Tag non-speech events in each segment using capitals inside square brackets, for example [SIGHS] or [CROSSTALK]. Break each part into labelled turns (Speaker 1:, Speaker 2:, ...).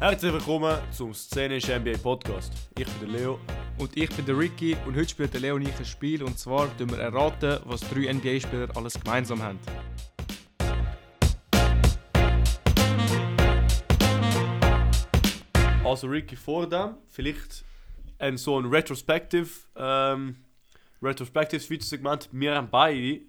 Speaker 1: Herzlich willkommen zum Szenisch NBA Podcast. Ich bin der Leo.
Speaker 2: Und ich bin der Ricky und heute spielt der Leo und ich ein Spiel und zwar tun wir erraten, was drei NBA-Spieler alles gemeinsam haben.
Speaker 1: Also Ricky vor dem, vielleicht ein so ein Retrospective, ähm, Retrospectives Videosegment. Wir haben beide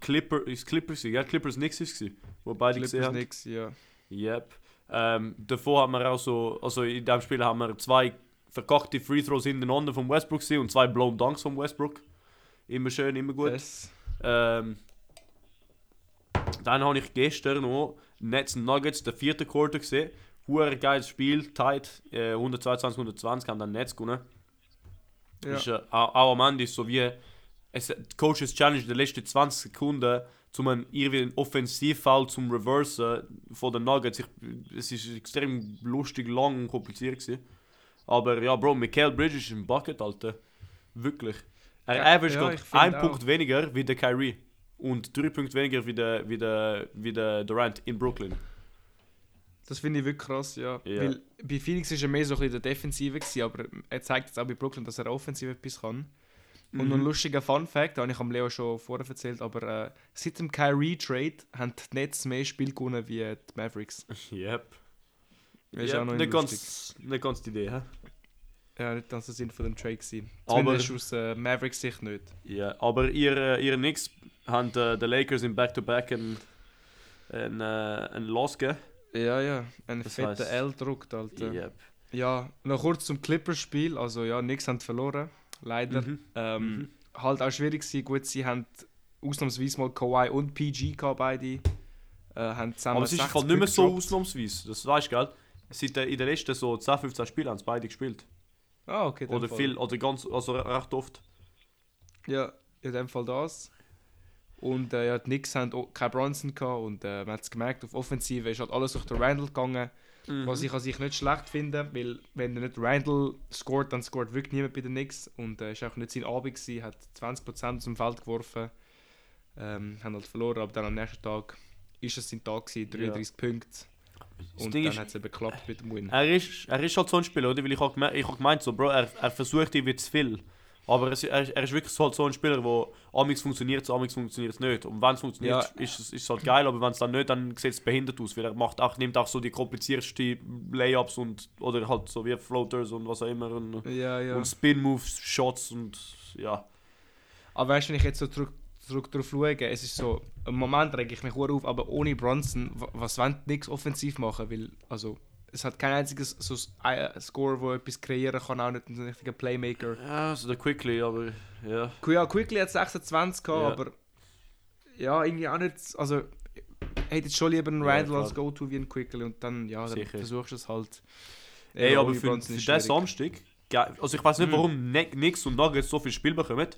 Speaker 1: Clipper, ist Clippers, ja Clippers Knicks ist gewesen, wo beide gesehen
Speaker 2: Clippers
Speaker 1: haben.
Speaker 2: nix, ja.
Speaker 1: Yep. Ähm, davor haben wir auch so, also in dem Spiel haben wir zwei verkackte Free Throws hintereinander vom Westbrook gesehen und zwei blown Dunks vom Westbrook. Immer schön, immer gut.
Speaker 2: Yes.
Speaker 1: Ähm, dann habe ich gestern noch Nets Nuggets, der vierte Quarter gesehen. Huere geiles Spiel, tight, äh, 122, 120 haben dann Nets gewonnen.
Speaker 2: Ja.
Speaker 1: Ist, äh, auch, auch am Ende ist so wie es, die Coaches Challenge der letzten 20 Sekunden, um einen, irgendwie einen Offensivfall zum Reversen von den Nuggets. Ich, es ist extrem lustig, lang und kompliziert. Gewesen. Aber ja, Bro, Michael Bridges ist ein Bucket, Alter. Wirklich. Er
Speaker 2: Ja,
Speaker 1: averaged
Speaker 2: ja,
Speaker 1: gerade
Speaker 2: ich find
Speaker 1: einen
Speaker 2: auch.
Speaker 1: Punkt weniger wie der Kyrie. Und drei Punkte weniger wie der, wie der, wie der Durant in Brooklyn.
Speaker 2: Das finde ich wirklich krass, ja.
Speaker 1: Ja.
Speaker 2: Weil bei Phoenix war er mehr so ein bisschen in der Defensive, gewesen, aber er zeigt jetzt auch bei Brooklyn, dass er offensiv etwas kann. Und
Speaker 1: Mhm.
Speaker 2: noch ein lustiger Fun Fact, den habe ich am Leo schon vorher erzählt, aber äh, seit dem Kyrie-Trade haben die Nets mehr Spiele gewonnen wie die Mavericks.
Speaker 1: Yep.
Speaker 2: Das ist auch noch
Speaker 1: nicht,
Speaker 2: lustig.
Speaker 1: ganz, nicht ganz die Idee, hä?
Speaker 2: Ja, nicht ganz der Sinn von dem Trade gewesen.
Speaker 1: Aber-
Speaker 2: Zumindest aus äh, Mavericks-Sicht nicht.
Speaker 1: Ja, aber ihr, äh, ihr nix haben äh, die Lakers im Back-to-Back ein, ein, äh, ein Loss gegeben.
Speaker 2: Ja, ja, ein
Speaker 1: Das
Speaker 2: fetter
Speaker 1: heisst-
Speaker 2: L druckt, Alter.
Speaker 1: Yep.
Speaker 2: Ja, noch kurz zum Clippers-Spiel. Also ja, nix haben verloren, leider.
Speaker 1: Mhm.
Speaker 2: Ähm,
Speaker 1: Mhm.
Speaker 2: Halt auch schwierig gewesen. Gut, sie haben ausnahmsweise mal Kawhi und PG gehabt, beide. Äh, haben zusammen
Speaker 1: Aber es ist
Speaker 2: 60
Speaker 1: halt nicht mehr
Speaker 2: Punkte
Speaker 1: so
Speaker 2: gedroppt.
Speaker 1: ausnahmsweise, das weißt du, gell? Seit äh, in den letzten so 10, 15 Spielen haben sie beide gespielt.
Speaker 2: Ah, okay. in dem
Speaker 1: Oder
Speaker 2: Fall.
Speaker 1: viel, oder ganz, also re- recht oft.
Speaker 2: Ja, in dem Fall das. Und äh, ja, die Knicks haben auch keinen Bronson gehabt und äh, man hat es gemerkt, auf Offensive ist halt alles durch den Randall gegangen.
Speaker 1: Mhm.
Speaker 2: Was ich an sich nicht schlecht finde, weil wenn er nicht Randall scoret, dann scoret wirklich niemand bei den Knicks. Und äh, ist auch nicht sein Abend gewesen, hat 20% zum Feld geworfen, ähm, haben halt verloren, aber dann am nächsten Tag ist es sein Tag gewesen, 33 Punkte.
Speaker 1: Das
Speaker 2: Und
Speaker 1: Ding
Speaker 2: dann
Speaker 1: ist-
Speaker 2: hat es eben geklappt mit dem Win.
Speaker 1: Er ist, er ist halt so ein Spieler, oder? Weil ich habe gemeint, ich hab gemeint so, Bro, er, er versucht irgendwie zu viel. Aber es, er, ist- er ist wirklich so, halt so ein Spieler, wo amigs funktioniert es, amigs funktioniert es nicht. Und wenn es funktioniert,
Speaker 2: Ja.
Speaker 1: ist es ist es halt geil, aber wenn es dann nicht, dann sieht es behindert aus. Weil er macht auch, nimmt auch so die kompliziertesten Layups und oder halt so wie Floaters und was auch immer und,
Speaker 2: Ja, ja.
Speaker 1: Äh, und Spin-Moves, Shots und ja.
Speaker 2: Aber weißt du, wenn ich jetzt so zurück, zurück drauf schaue, es ist so, im Moment reg ich mich verdammt auf, aber ohne Bronson, wa- was wollen die nix offensiv machen? Weil, also, es hat kein einziges so s- ein- ein Score, wo etwas kreieren kann, auch nicht ein richtiger Playmaker.
Speaker 1: Ja, also der Quickly, aber ja.
Speaker 2: Qu- Ja, Quickly hat 26 gehabt,
Speaker 1: Ja.
Speaker 2: aber ja, irgendwie auch nicht, also, ich hätte jetzt schon lieber einen
Speaker 1: Ja,
Speaker 2: Randall
Speaker 1: klar.
Speaker 2: als Go-To wie einen Quickly und dann, ja, dann
Speaker 1: Sicher.
Speaker 2: versuchst du es halt.
Speaker 1: Ey,
Speaker 2: Ja,
Speaker 1: aber
Speaker 2: ohne
Speaker 1: für,
Speaker 2: Brunson
Speaker 1: für
Speaker 2: ist
Speaker 1: den
Speaker 2: schwierig.
Speaker 1: Samstag, ge- also ich weiß nicht,
Speaker 2: Mhm.
Speaker 1: warum Ne- Knicks und Nuggets so viel Spiel bekommen,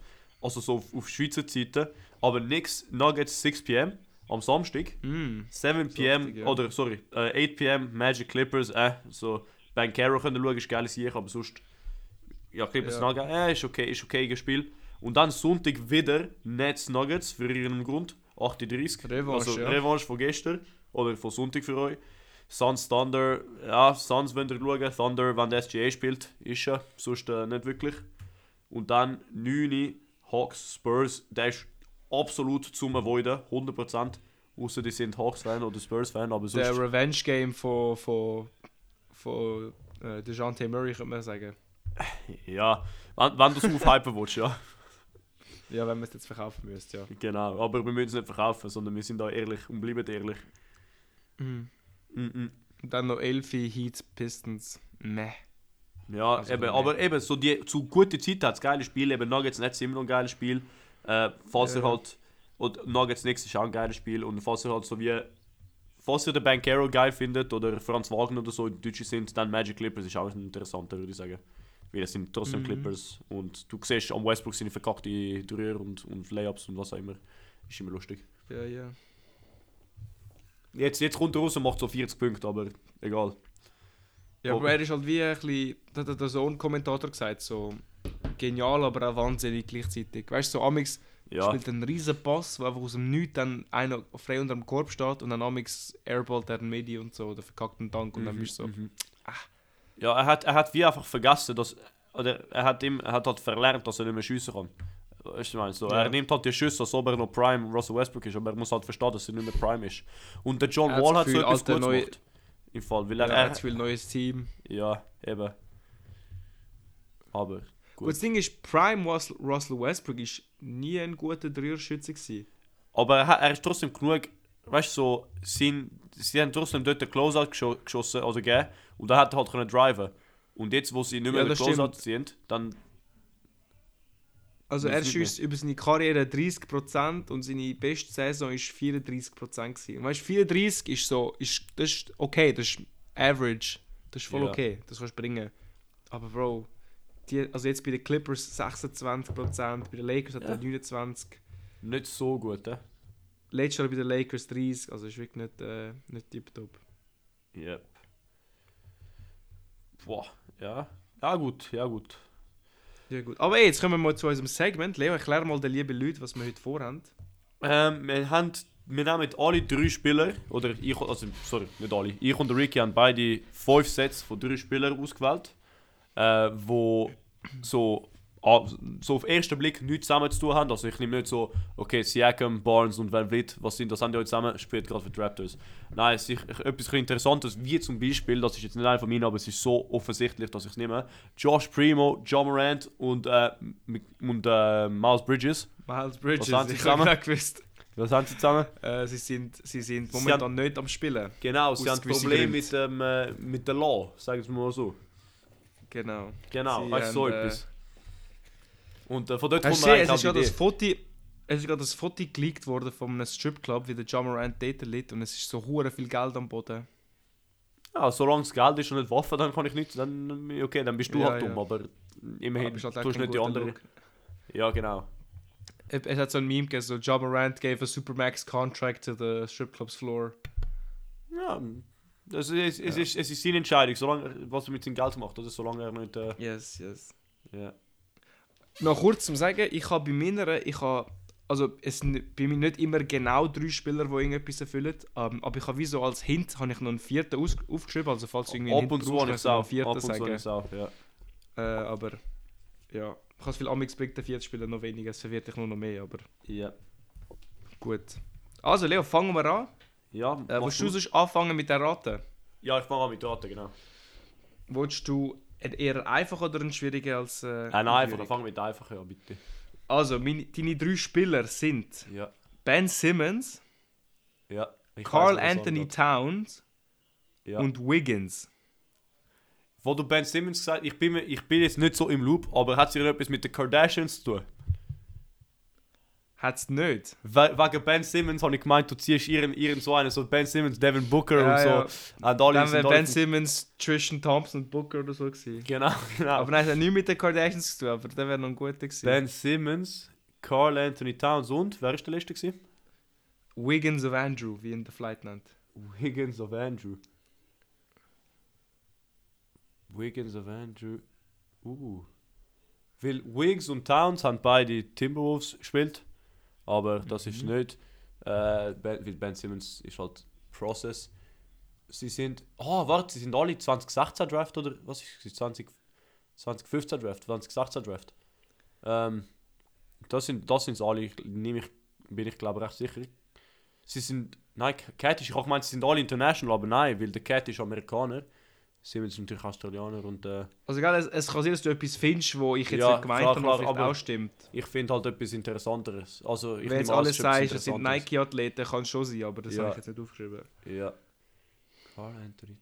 Speaker 1: also so auf, auf Schweizer Seite, aber Knicks, Nuggets 6 pm am Samstag,
Speaker 2: Mm.
Speaker 1: 7 pm,
Speaker 2: Samstag, ja.
Speaker 1: oder sorry, äh, 8 pm, Magic Clippers, äh, so Bankero können schauen, ist geile Sieg, aber sonst, ja, Clippers
Speaker 2: Ja.
Speaker 1: Nuggets, äh, ist okay, ist okay, gegen Spiel. Und dann Sonntag wieder Nets Nuggets, für irgendeinen Grund, 8.30
Speaker 2: Revanche,
Speaker 1: also
Speaker 2: ja.
Speaker 1: Revanche von gestern, oder von Sonntag für euch. Suns Thunder, ja, Suns wenn ihr schauen, Thunder, wenn der SGA spielt, ist er, sonst äh, nicht wirklich. Und dann 9 Hawks Spurs, der ist absolut zum Avoiden, 100%. Außer die sind Hawks-Fan oder Spurs-Fan, aber sonst.
Speaker 2: Der Revenge-Game von, von, von äh, DeJounte Murray, könnte man sagen.
Speaker 1: Ja, wenn, wenn du es aufhypen willst, ja. [LAUGHS]
Speaker 2: Ja, wenn man es jetzt verkaufen müsste, ja.
Speaker 1: Genau, aber wir müssen es nicht verkaufen, sondern wir sind da ehrlich und bleiben ehrlich. Mhm.
Speaker 2: Und dann noch Elfi, Heat, Pistons. Meh.
Speaker 1: Ja,
Speaker 2: Also,
Speaker 1: eben,
Speaker 2: nee.
Speaker 1: aber eben, so die, zu guter Zeit hat es geile Spiele. Eben Nuggets Nets immer noch ein geiles Spiel. Äh, falls
Speaker 2: Ja,
Speaker 1: ihr
Speaker 2: ja.
Speaker 1: halt. Und Nuggets Nix ist auch ein geiles Spiel. Und falls ihr halt so wie. Falls ihr den Bankero geil findet oder Franz Wagner oder so Deutsche sind, dann Magic Clippers ist auch interessanter, würde ich sagen. Weil es sind trotzdem
Speaker 2: Mhm.
Speaker 1: Clippers. Und du siehst am Westbrook seine verkackte Dreier und, und Layups und was auch immer. Ist immer lustig.
Speaker 2: Ja, ja.
Speaker 1: Jetzt, jetzt kommt er raus und macht so 40 Punkte, aber egal.
Speaker 2: Ja,
Speaker 1: Oh.
Speaker 2: aber er ist halt wie ein bisschen, das hat der Sohn-Kommentator gesagt, so genial, aber auch wahnsinnig gleichzeitig. Weißt du, so Amix,
Speaker 1: Ja.
Speaker 2: Spielt einen riesen Pass, wo einfach aus dem Nichts dann einer frei unter dem Korb steht und dann amix airballt er den Medi und so, oder verkackt einen Dank und dann bist du so.
Speaker 1: Ja, er hat, er hat wie einfach vergessen, dass. Oder er hat, ihm, er hat halt verlernt, dass er nicht mehr schiessen kann. Weißt du, was ich meine? So,
Speaker 2: Ja.
Speaker 1: Er nimmt halt die Schüsse, als ob er noch Prime Russell Westbrook ist, aber er muss halt verstehen, dass er nicht mehr Prime ist. Und der John
Speaker 2: Er hat
Speaker 1: Wall
Speaker 2: das
Speaker 1: hat so
Speaker 2: Gefühl,
Speaker 1: etwas
Speaker 2: Alter,
Speaker 1: Gutes
Speaker 2: neu-
Speaker 1: gemacht. Im Fall, weil
Speaker 2: Ja,
Speaker 1: er.
Speaker 2: er
Speaker 1: Ja,
Speaker 2: hat zu viel neues Team.
Speaker 1: ja eben. Aber. Gut.
Speaker 2: Und das Ding ist, Prime Russell, Russell Westbrook ist nie ein guter Dreierschütze gewesen.
Speaker 1: Aber er, hat- er ist trotzdem genug, weißt du, so, sein, sie haben trotzdem dort den Closeout gescho geschossen, also gegeben, und er hat halt können driven. Und jetzt, wo sie nicht mehr
Speaker 2: Ja,
Speaker 1: den
Speaker 2: das
Speaker 1: Closeout sind, dann,
Speaker 2: Also
Speaker 1: Das
Speaker 2: er
Speaker 1: nicht
Speaker 2: schießt über seine Karriere 30% und seine beste Saison ist 34% gewesen. Und weißt du, 34 ist so, ist, das ist okay, das ist average. Das ist voll
Speaker 1: Ja.
Speaker 2: okay, das kannst du bringen. Aber Bro, die, also jetzt bei den Clippers 26%, bei den Lakers hat
Speaker 1: Ja.
Speaker 2: er 29%,
Speaker 1: nicht so gut, ne?
Speaker 2: letztes Jahr bei den Lakers 30%, also ist wirklich nicht, äh, nicht tiptop.
Speaker 1: Yep. Boah, ja. Ja gut, ja gut.
Speaker 2: Ja gut, aber ey, jetzt kommen wir mal zu unserem Segment. Leo, erklär mal den lieben Leuten, was wir heute vorhaben.
Speaker 1: Ähm, wir, haben, wir nehmen alle drei Spieler, oder ich, also, sorry, nicht alle, ich und der Ricky haben beide fünf Sets von drei Spielern ausgewählt, äh, wo so, ah, so auf den ersten Blick nichts zusammen zu tun haben. Also ich nehme nicht so, okay, Siakam, Barnes und Van Vliet, was sind das, haben die heute zusammen, spielt gerade für die Raptors. Nein, es ist ich- etwas ein bisschen Interessantes, wie zum Beispiel, das ist jetzt nicht einer von meinen, aber es ist so offensichtlich, dass ich es nehme, Josh Primo, John Morant und, äh, und äh, Miles Bridges.
Speaker 2: Miles Bridges,
Speaker 1: haben sie
Speaker 2: ich
Speaker 1: zusammen?
Speaker 2: habe nicht gewusst.
Speaker 1: Was haben sie zusammen?
Speaker 2: Äh, sie, sind, sie sind
Speaker 1: Sie
Speaker 2: momentan nicht am Spielen.
Speaker 1: Genau, sie
Speaker 2: Aus
Speaker 1: haben ein
Speaker 2: gewissen
Speaker 1: Problem
Speaker 2: Gründen.
Speaker 1: mit, dem, äh, mit der Law, sagen wir mal so.
Speaker 2: Genau.
Speaker 1: Genau,
Speaker 2: Sie
Speaker 1: weißt du, so
Speaker 2: haben, äh,
Speaker 1: etwas. Und äh, von dort kommt
Speaker 2: Hast du
Speaker 1: man
Speaker 2: gesehen,
Speaker 1: eigentlich
Speaker 2: es
Speaker 1: auf
Speaker 2: ist
Speaker 1: die
Speaker 2: gerade
Speaker 1: Idee.
Speaker 2: das Foto, es ist gerade das Foto geleakt worden von einem Stripclub, wie der John Morant dort liegt und es ist so hure viel Geld am Boden.
Speaker 1: Ja, solange es Geld ist und nicht Waffen, dann kann ich nicht. Dann, okay, dann bist du
Speaker 2: Ja,
Speaker 1: halt dumm,
Speaker 2: ja.
Speaker 1: aber immerhin
Speaker 2: Aber ist halt auch
Speaker 1: tust du
Speaker 2: kein
Speaker 1: nicht die
Speaker 2: guter
Speaker 1: anderen.
Speaker 2: Look.
Speaker 1: Ja, genau.
Speaker 2: Es es hat so ein Meme gegeben, so John Morant gave a Supermax contract to the Stripclub's floor.
Speaker 1: Ja, das ist, Es, ist, es ist seine Entscheidung, solange, er- was er mit seinem Geld macht, oder? Solange er nicht. Äh,
Speaker 2: Yes, yes.
Speaker 1: ja.
Speaker 2: Noch kurz zum Sagen, ich habe bei meiner, ich habe, also es sind bei mir nicht immer genau drei Spieler, die irgendetwas erfüllen, ähm, aber ich habe wie so als Hint, habe ich noch einen vierten aus, aufgeschrieben, also falls du irgendwie einen
Speaker 1: Ab und
Speaker 2: Hint
Speaker 1: zu habe ich es auch. Ab und
Speaker 2: brauchst, kannst du noch einen vierten
Speaker 1: zu habe ich
Speaker 2: sagen.
Speaker 1: es auch, ja.
Speaker 2: Äh, aber ja, ich habe viel Amix bringt der vierte Spieler noch weniger, es verwirrt dich nur noch mehr, aber
Speaker 1: Ja.
Speaker 2: gut. Also Leo, fangen wir an.
Speaker 1: Ja,
Speaker 2: Äh,
Speaker 1: machst
Speaker 2: willst du sonst anfangen mit der Rate?
Speaker 1: ja, ich fange an mit Daten, genau.
Speaker 2: Willst du einen eher einfachen oder einen schwierigen als... Äh,
Speaker 1: Ein einfacher,
Speaker 2: schwierig?
Speaker 1: fang mit einfacher an, bitte.
Speaker 2: Also, meine, deine drei Spieler sind
Speaker 1: Ja.
Speaker 2: Ben Simmons,
Speaker 1: Ja. Ich
Speaker 2: Carl
Speaker 1: weiss, was
Speaker 2: Anthony
Speaker 1: angeht.
Speaker 2: Towns
Speaker 1: Ja.
Speaker 2: und Wiggins.
Speaker 1: Wo du Ben Simmons gesagt hast, ich bin, mir- ich bin jetzt nicht so im Loop, aber hat es irgendetwas mit den Kardashians zu tun?
Speaker 2: Hat's nicht.
Speaker 1: We wegen Ben Simmons habe ich gemeint, du ziehst ihren, ihren so einen, so Ben Simmons, Devin Booker
Speaker 2: Ja,
Speaker 1: und so. Und alle
Speaker 2: Dann
Speaker 1: sind
Speaker 2: wäre
Speaker 1: alle-
Speaker 2: Ben Simmons, Trishan Thompson und Booker oder so gewesen.
Speaker 1: [LAUGHS] Genau, genau.
Speaker 2: Aber nein, es hat nichts mit den Kardashians zu tun, aber der wäre noch ein guter gewesen.
Speaker 1: ben Simmons, Carl Anthony Towns und, wer ist der letzte gewesen?
Speaker 2: Wiggins of Andrew, wie ihn der Flight nennt.
Speaker 1: Wiggins of Andrew. Wiggins of Andrew. Uh. Weil Wiggs und Towns haben beide Timberwolves gespielt, aber das ist nicht. Äh, ben, weil ben Simmons ist halt Process. Sie sind. Oh, warte, sie sind alle 2016 Draft oder was ist sie? 20, 2015 Draft, 2018 Draft. Ähm, das sind das sind's alle, ich, nehm ich, bin ich glaube recht sicher. Sie sind. Nein, Cat ist. Ich habe gemeint, sie sind alle international, aber nein, weil der Cat ist Amerikaner. Simmons ist natürlich Australier und. Äh,
Speaker 2: Also egal, es, es kann sein, dass du etwas findest, wo ich jetzt
Speaker 1: Ja,
Speaker 2: nicht gemeint
Speaker 1: klar,
Speaker 2: habe,
Speaker 1: klar,
Speaker 2: was vielleicht
Speaker 1: aber
Speaker 2: auch stimmt.
Speaker 1: Ich finde halt etwas Interessanteres. Also ich
Speaker 2: Wenn jetzt
Speaker 1: nehme an, es
Speaker 2: alles
Speaker 1: ist etwas
Speaker 2: sagst, es sind
Speaker 1: Interessanteres.
Speaker 2: Nike-Athleten, kann es schon sein, aber das
Speaker 1: Ja.
Speaker 2: habe ich jetzt nicht aufgeschrieben.
Speaker 1: Ja. Carl Anthony.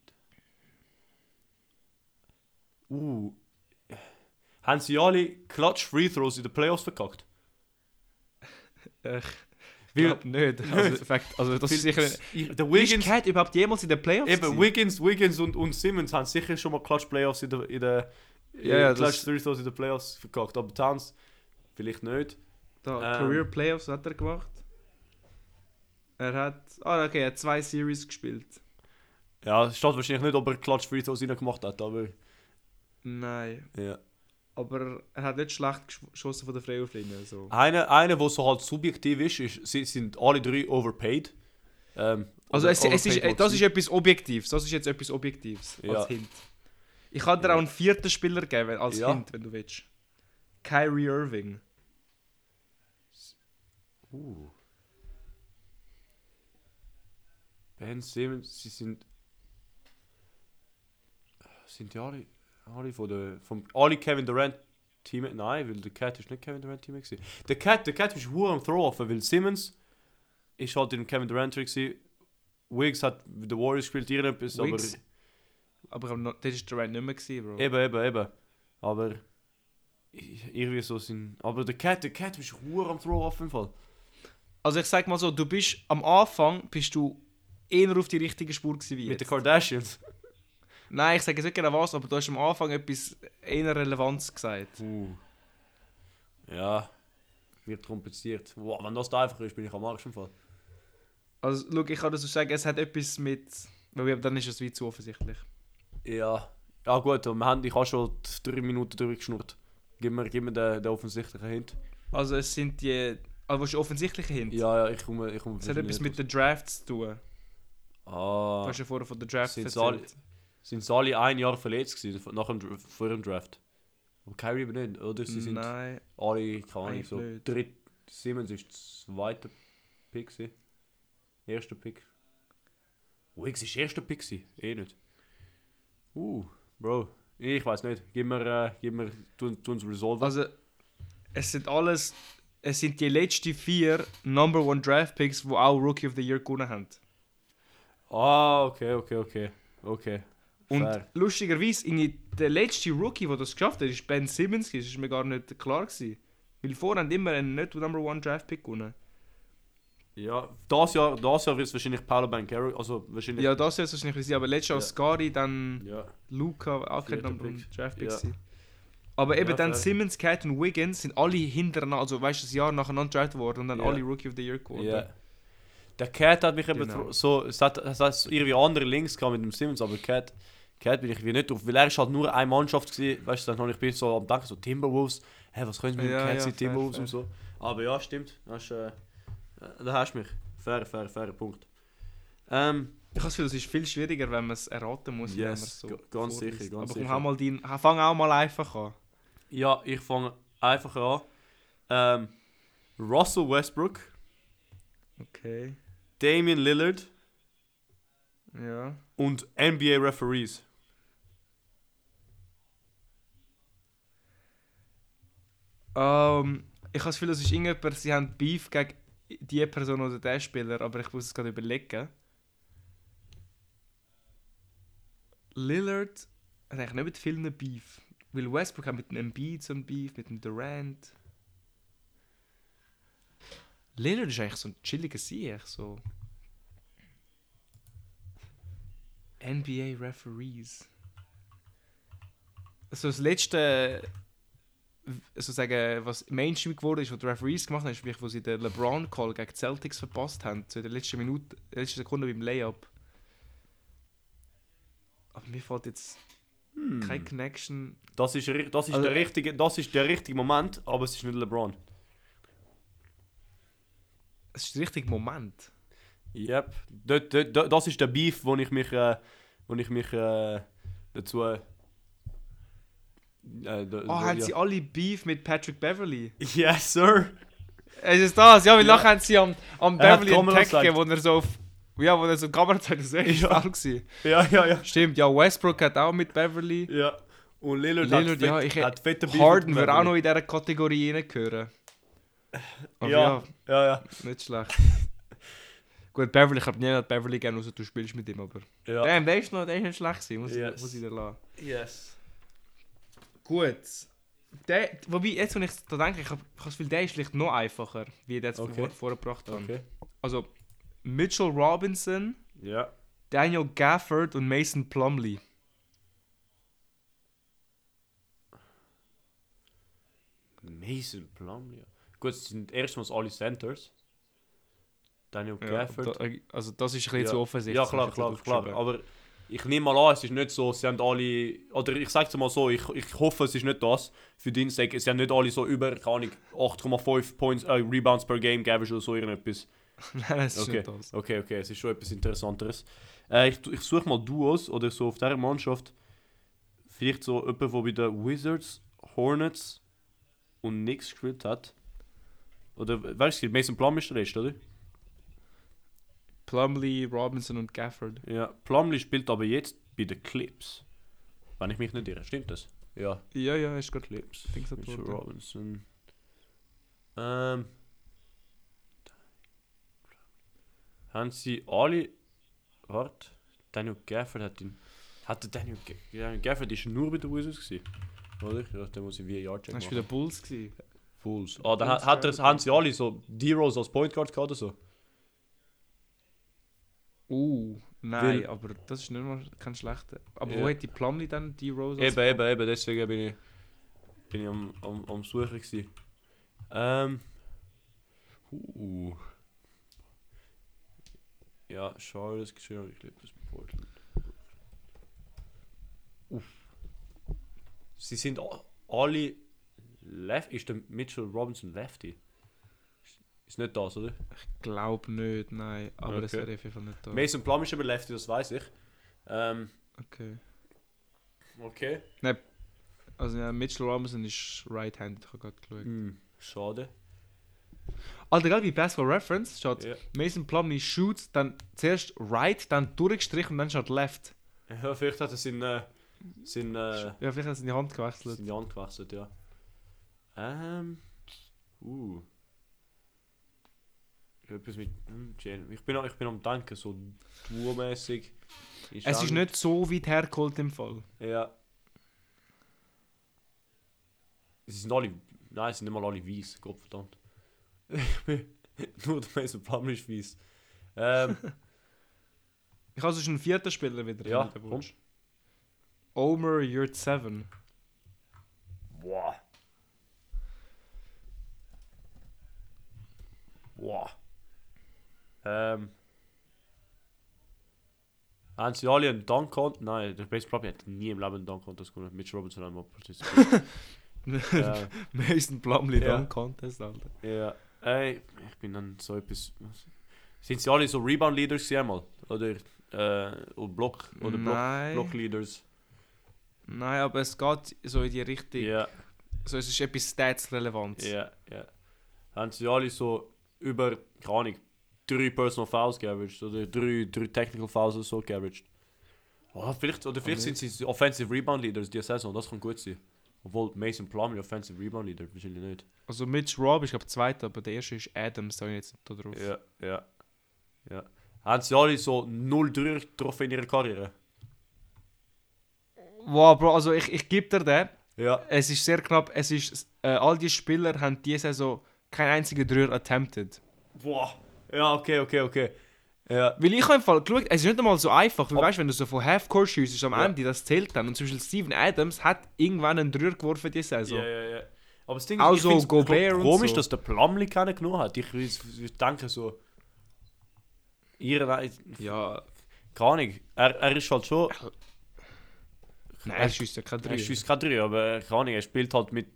Speaker 1: Uh. Haben sie alle Clutch Free Throws in den Playoffs verkackt?
Speaker 2: Ich
Speaker 1: Weil-
Speaker 2: glaube nicht.
Speaker 1: [LAUGHS]
Speaker 2: Also, fact, also das ist sicher...
Speaker 1: Ich- Der
Speaker 2: Wiggins...
Speaker 1: Wiggins,
Speaker 2: Ist Cat überhaupt jemals in den Playoffs
Speaker 1: eben,
Speaker 2: gewesen?
Speaker 1: Wiggins, Wiggins und, und Simmons haben sicher schon mal Clutch Playoffs in der, in der in
Speaker 2: Ja, ja,
Speaker 1: Clutch
Speaker 2: das-
Speaker 1: Free Throws in den Playoffs verkackt. Aber Towns vielleicht nicht.
Speaker 2: Da,
Speaker 1: Ähm.
Speaker 2: Career Playoffs hat er gemacht. Er hat. Ah, okay, er hat zwei Series gespielt.
Speaker 1: Ja, es steht wahrscheinlich nicht, ob er Clutch Free Throws reingemacht hat, aber
Speaker 2: Nein.
Speaker 1: ja.
Speaker 2: Aber er hat nicht schlecht gesch- geschossen von der Freiwurflinie. So.
Speaker 1: Einer, eine, wo so halt subjektiv ist, ist, sie sind alle drei overpaid. Ähm,
Speaker 2: Also
Speaker 1: oder
Speaker 2: es, es ist,
Speaker 1: overpaid
Speaker 2: äh, das ist
Speaker 1: maximal.
Speaker 2: etwas Objektives. Das ist jetzt etwas Objektives
Speaker 1: Ja.
Speaker 2: als Hint. Ich kann dir auch einen vierten Spieler geben wenn- als
Speaker 1: Ja.
Speaker 2: Hint, wenn du willst. Kyrie Irving.
Speaker 1: Uh. Ben Simmons, sie sind. Sind die alle, alle von der. Vom, alle Kevin Durant Team. Nein, weil der Cat ist nicht Kevin Durant Team. gewesen. Der Cat, der Cat ist hoch am Throwoffen, weil Simmons ist halt im Kevin Durant Trick. Wiggs hat mit den Warriors gespielt, irgendetwas, aber.
Speaker 2: Wiggs? Aber ich hab noch- das war Durant nicht mehr, gewesen, Bro.
Speaker 1: Eben, eben, eben. Aber. ich- Irgendwie so sind. Aber der Cat, der Cat ist hoch am Throwoffen im Fall.
Speaker 2: Also ich sag mal so, du bist am Anfang bist du eher auf die richtige Spur gewesen wie
Speaker 1: Mit den
Speaker 2: jetzt.
Speaker 1: Kardashians.
Speaker 2: Nein, ich sage jetzt nicht genau was, aber du hast am Anfang etwas eher Relevanz gesagt.
Speaker 1: Puh. Ja, wird kompliziert. Wow, wenn das da einfach ist, bin ich am Arsch im Fall.
Speaker 2: Also schau, ich kann das so sagen, es hat etwas mit... Weil wir- dann ist es wie zu offensichtlich.
Speaker 1: Ja. Ja Ah, gut, am Handy ich habe schon die drei Minuten durchgeschnurrt. Gib mir, gib mir den, den offensichtlichen Hint.
Speaker 2: Also es sind die... Also was ist offensichtliche Hint?
Speaker 1: Ja, ja, ich komme... Ich komme
Speaker 2: Es hat etwas mit den Drafts zu tun. Du
Speaker 1: Ah,
Speaker 2: hast ja vorher von den Drafts
Speaker 1: Sind
Speaker 2: erzählt.
Speaker 1: sie sind sie alle ein Jahr verletzt gewesen, nach dem, Dr- vor dem Draft? Aber Kyrie eben nicht, oder? Sie sind
Speaker 2: Nein,
Speaker 1: alle, keine Ahnung,
Speaker 2: Eigentlich
Speaker 1: so
Speaker 2: nicht.
Speaker 1: dritt... Simmons ist zweiter Pick gewesen. Erster Pick. Wiggs ist erster Pick gewesen. Eh nicht. Uh, Bro. Ich weiß nicht. Gib mir, äh, gib mir, tu, tu uns resolven.
Speaker 2: also es sind alles... Es sind die letzten vier Number One Draft Picks, die auch Rookie of the Year gewonnen haben.
Speaker 1: Ah, okay, okay, okay. Okay.
Speaker 2: Und
Speaker 1: Fair.
Speaker 2: lustigerweise, irgendwie der letzte Rookie, der das geschafft hat, ist Ben Simmons. gewesen. Das war mir gar nicht klar. Gewesen. Weil vorher haben immer einen nicht Number One Draft Pick gewonnen.
Speaker 1: Ja, das Jahr, das Jahr wird es wahrscheinlich Paolo Bancaro, also wahrscheinlich...
Speaker 2: Ja, das ist es nicht gewesen, aber letztes Jahr
Speaker 1: Ja.
Speaker 2: Scari, dann
Speaker 1: Ja.
Speaker 2: Luca, auch kein
Speaker 1: Vierter
Speaker 2: Number One
Speaker 1: Pick.
Speaker 2: Draft Pick.
Speaker 1: Ja.
Speaker 2: gewesen. Aber eben
Speaker 1: Ja,
Speaker 2: dann
Speaker 1: fair.
Speaker 2: Simmons, Cat und Wiggins sind alle hintereinander, also weißt du, das Jahr nacheinander drafted worden und dann
Speaker 1: Ja.
Speaker 2: alle Rookie of the Year geworden.
Speaker 1: Ja. Der Cat hat mich eben
Speaker 2: Genau.
Speaker 1: tro- so, es hat, es hat irgendwie andere Links gehabt mit dem Simmons, aber Cat, Cat bin ich wie nicht drauf, weil er ist halt nur eine Mannschaft gewesen, weißt du, dann habe ich bin so am Denken, so Timberwolves, hä, was können sie mit
Speaker 2: Ja,
Speaker 1: dem Cat
Speaker 2: ja,
Speaker 1: sein,
Speaker 2: fair,
Speaker 1: Timberwolves
Speaker 2: fair.
Speaker 1: und so. Aber ja, stimmt, das ist, äh, da hast du mich. Fair, fair, fair, Punkt. Ähm,
Speaker 2: Ich habe das Gefühl, es ist viel schwieriger, wenn man es erraten muss. als wenn
Speaker 1: Yes,
Speaker 2: man es so
Speaker 1: ga- ganz
Speaker 2: vorliest.
Speaker 1: sicher, ganz
Speaker 2: aber komm,
Speaker 1: sicher.
Speaker 2: hau mal deinen, fang auch mal einfach an.
Speaker 1: ja, ich fange einfach an. Ähm, Russell Westbrook,
Speaker 2: Okay,
Speaker 1: Damian Lillard
Speaker 2: ja.
Speaker 1: und NBA Referees.
Speaker 2: Ähm, ich habe das Gefühl, es ist irgendjemand, sie haben Beef gegen die Person oder den Spieler, aber ich muss es gerade überlegen. Lillard hat eigentlich nicht mit vielen Beef. Weil Westbrook hat mit dem Embiid so ein Beef, mit dem Durant. Lillard ist eigentlich so ein chilliger Sieg, so. NBA Referees. So das letzte sozusagen, was Mainstream geworden ist, was die Referees gemacht haben, ist wirklich, wo sie den LeBron-Call gegen die Celtics verpasst haben, so in der letzten Minute, in der letzten Sekunde beim Layup. Aber mir fällt jetzt
Speaker 1: Hm.
Speaker 2: keine Connection.
Speaker 1: Das ist, ri- das, ist
Speaker 2: Also-
Speaker 1: der richtige, das ist der richtige Moment, aber es ist nicht LeBron.
Speaker 2: Es ist der richtige Moment.
Speaker 1: Yep. Dort, dort, dort, das ist der Beef, wo ich mich, äh, wo ich mich äh, dazu. Äh, äh, da,
Speaker 2: Oh, haben
Speaker 1: ja.
Speaker 2: sie alle Beef mit Patrick Beverly?
Speaker 1: [LAUGHS] Yes, sir!
Speaker 2: Es ist das, ja, weil
Speaker 1: Ja.
Speaker 2: nachher haben sie am, am
Speaker 1: Er hat die
Speaker 2: Beverly einen
Speaker 1: Kamera
Speaker 2: Tag
Speaker 1: gezeigt.
Speaker 2: gegeben, wo er so auf... Ja, wo er so die Kamera zeigt, das war echt
Speaker 1: Ja.
Speaker 2: faul gewesen.
Speaker 1: Ja, ja, ja.
Speaker 2: Stimmt, ja, Westbrook hat auch mit Beverly.
Speaker 1: ja. Und Lillard,
Speaker 2: Lillard,
Speaker 1: hat,
Speaker 2: ja,
Speaker 1: fett-
Speaker 2: ich-
Speaker 1: hat fette Beef.
Speaker 2: Harden
Speaker 1: mit
Speaker 2: würde auch noch
Speaker 1: Beverly.
Speaker 2: in dieser Kategorie reingehören. Aber
Speaker 1: Ja, ja, ja.
Speaker 2: Nicht schlecht. Gut, Beverly, ich habe niemand Beverly gerne, außer du spielst mit ihm, aber.
Speaker 1: ja.
Speaker 2: Damn, nou der ist noch, der ist nicht schlecht gewesen, muss,
Speaker 1: Yes.
Speaker 2: ich, muss ich dir lassen.
Speaker 1: Yes.
Speaker 2: Gut. Der, wobei, jetzt, wenn ich da denke, ich habe das Gefühl, der ist vielleicht noch einfacher, wie der jetzt
Speaker 1: Okay.
Speaker 2: vor, vorgebracht hat.
Speaker 1: Okay.
Speaker 2: Also, Mitchell Robinson,
Speaker 1: Ja.
Speaker 2: Daniel Gafford und Mason Plumley.
Speaker 1: Mason Plumlee. ja. Gut, es sind erstmals alle Centers. Daniel
Speaker 2: Ja,
Speaker 1: Gafford.
Speaker 2: da, also, das ist ein bisschen zu offensichtlich.
Speaker 1: Ja, klar,
Speaker 2: hab ich
Speaker 1: klar,
Speaker 2: jetzt
Speaker 1: klar.
Speaker 2: aufgeschrieben.
Speaker 1: Aber ich nehme mal an, es ist nicht so, sie haben alle, oder ich sage es mal so, ich, ich hoffe, es ist nicht das, für den Sake, sie haben nicht alle so über, keine Ahnung, 8,5 Points, äh, Rebounds per Game gegeben oder so irgendetwas.
Speaker 2: Nein, [LAUGHS] nein, es ist
Speaker 1: Okay.
Speaker 2: nicht das.
Speaker 1: Okay, okay, es ist schon etwas Interessanteres. Äh, ich ich suche mal Duos oder so auf dieser Mannschaft. Vielleicht so jemand, der bei den Wizards, Hornets und Knicks gespielt hat. Oder wer ist es? Mason Plum ist der letzte, oder?
Speaker 2: Plumlee, Robinson und Gafford.
Speaker 1: Ja, Plumlee spielt aber jetzt bei den Clips. Wenn ich mich nicht irre, stimmt das? Ja,
Speaker 2: Ja, ja, ist gut.
Speaker 1: Clips.
Speaker 2: Dings hat
Speaker 1: Mitchell
Speaker 2: Worte.
Speaker 1: Robinson. Ähm. Haben sie alle. Warte. Daniel Gafford hat ihn. Hatte Daniel, Ga- Daniel Gafford ist nur bei den Wizards gewesen. Oder? Ja, dann muss ich wie ein Jahr checken.
Speaker 2: Hast du wieder Bulls gesehen?
Speaker 1: Fools. Ah, dann
Speaker 2: Bulls
Speaker 1: hat, hat er,
Speaker 2: Gafford.
Speaker 1: haben sie alle so D-Rose als Point Guard gehabt oder so.
Speaker 2: Uh, nein,
Speaker 1: Weil-
Speaker 2: aber das ist nicht mal kein schlechter. Aber
Speaker 1: Ja.
Speaker 2: wo hat die Plumlee dann die Rose? als-
Speaker 1: Eben, eben, eben, deswegen bin ich, bin ich am, am, am Suchen. Gewesen. Ähm. Uh. Ja, Charles geschrieben, ich liebe das Portland. Uff. Sie sind a- alle. Left. Ist der Mitchell Robinson Lefty? Ist nicht das, oder?
Speaker 2: Glaub nicht, nein. Aber das
Speaker 1: Okay.
Speaker 2: wäre auf jeden Fall nicht da.
Speaker 1: Mason Plum ist aber Lefty, das weiß ich. Ähm,
Speaker 2: Okay.
Speaker 1: okay.
Speaker 2: Also ja, Mitchell Robinson ist right-handed, ich habe gerade geschaut.
Speaker 1: Hm, schade.
Speaker 2: Alter, geil, wie Basketball Reference schaut.
Speaker 1: Ja.
Speaker 2: Mason Plumlee shoots, dann zuerst right, dann durchgestrichen und dann schaut left.
Speaker 1: Ja, vielleicht hat er seinen. Äh, seinen äh,
Speaker 2: Ja, vielleicht hat er in die Hand gewechselt.
Speaker 1: Sind die angewechselt, ja. Ähm. Uh. Etwas mit. hm, Jalen- Ich bin, ich bin am Denken, so duomäßig.
Speaker 2: Es ist
Speaker 1: auch
Speaker 2: nicht so weit hergeholt im Fall.
Speaker 1: Ja. Sie sind alle. Nein, sie sind nicht mal alle weiß, [LAUGHS] Gottverdammt. [LAUGHS] Nur der Mason Plummer ist weiß. Ähm,
Speaker 2: Ich habe sonst einen vierten Spieler wieder.
Speaker 1: Ja,
Speaker 2: wenn du
Speaker 1: komm.
Speaker 2: willst. Omer Yurt 7.
Speaker 1: boah. Boah. Ähm. Haben sie alle einen Dunk Contest? Nein, der Base Plumlee hat nie im Leben einen Dunk Contest gewonnen. Mitch Robinson hat mal partizipiert. äh,
Speaker 2: [LAUGHS] Mason Plumlee
Speaker 1: Ja.
Speaker 2: Dunk Contest, Alter.
Speaker 1: ja. Ey, ich bin dann so etwas. Sind sie alle so Rebound Leaders gewesen einmal? Oder, äh, und Block, oder Block,
Speaker 2: Nein.
Speaker 1: Block Leaders?
Speaker 2: Nein, aber es geht so in die Richtung.
Speaker 1: Ja,
Speaker 2: So, es ist etwas Stats-relevant.
Speaker 1: ja, ja. Haben sie alle so über, keine Ahnung, drei Personal Fouls geaveraged oder drei, drei Technical Fouls oder so geaveraged? Oder Oh, vielleicht, oder vielleicht sind sie Offensive Rebound Leaders die Saison, das kann gut sein. Obwohl Mason Plumlee Offensive Rebound Leader wahrscheinlich nicht.
Speaker 2: Also Mitch Rob ist, glaube ich, zweiter, aber der erste ist Adams, da habe ich jetzt nicht da drauf.
Speaker 1: Ja, ja. ja. Haben sie alle so 0-3 getroffen in ihrer Karriere?
Speaker 2: Wow, Bro, also ich, ich gebe dir den.
Speaker 1: Ja.
Speaker 2: Es ist sehr knapp. Es ist, äh, all die Spieler haben diese Saison keinen einzigen Dreier attempted.
Speaker 1: Boah. Ja, okay, okay, okay. Ja.
Speaker 2: Weil ich habe im Fall geschaut, es ist nicht einmal so einfach. Weil
Speaker 1: Ab-
Speaker 2: weißt du, wenn du so von Half-Court schießt, am
Speaker 1: Ja.
Speaker 2: Ende, das zählt dann. Und zum Beispiel Steven Adams hat irgendwann einen Dreier geworfen diese Saison.
Speaker 1: ja, ja, ja. Aber das Ding
Speaker 2: Auch
Speaker 1: ich
Speaker 2: so
Speaker 1: find's
Speaker 2: Also, Gobert und
Speaker 1: komisch,
Speaker 2: so.
Speaker 1: dass der Plumlee keinen genommen hat. Ich, ich, ich denke so. Ihre,
Speaker 2: Ja,
Speaker 1: keine Ahnung. Er, er ist halt schon.
Speaker 2: nein, er schießt ja keinen Dreier.
Speaker 1: Er schießt gerade drei, aber keine Ahnung, er spielt halt mit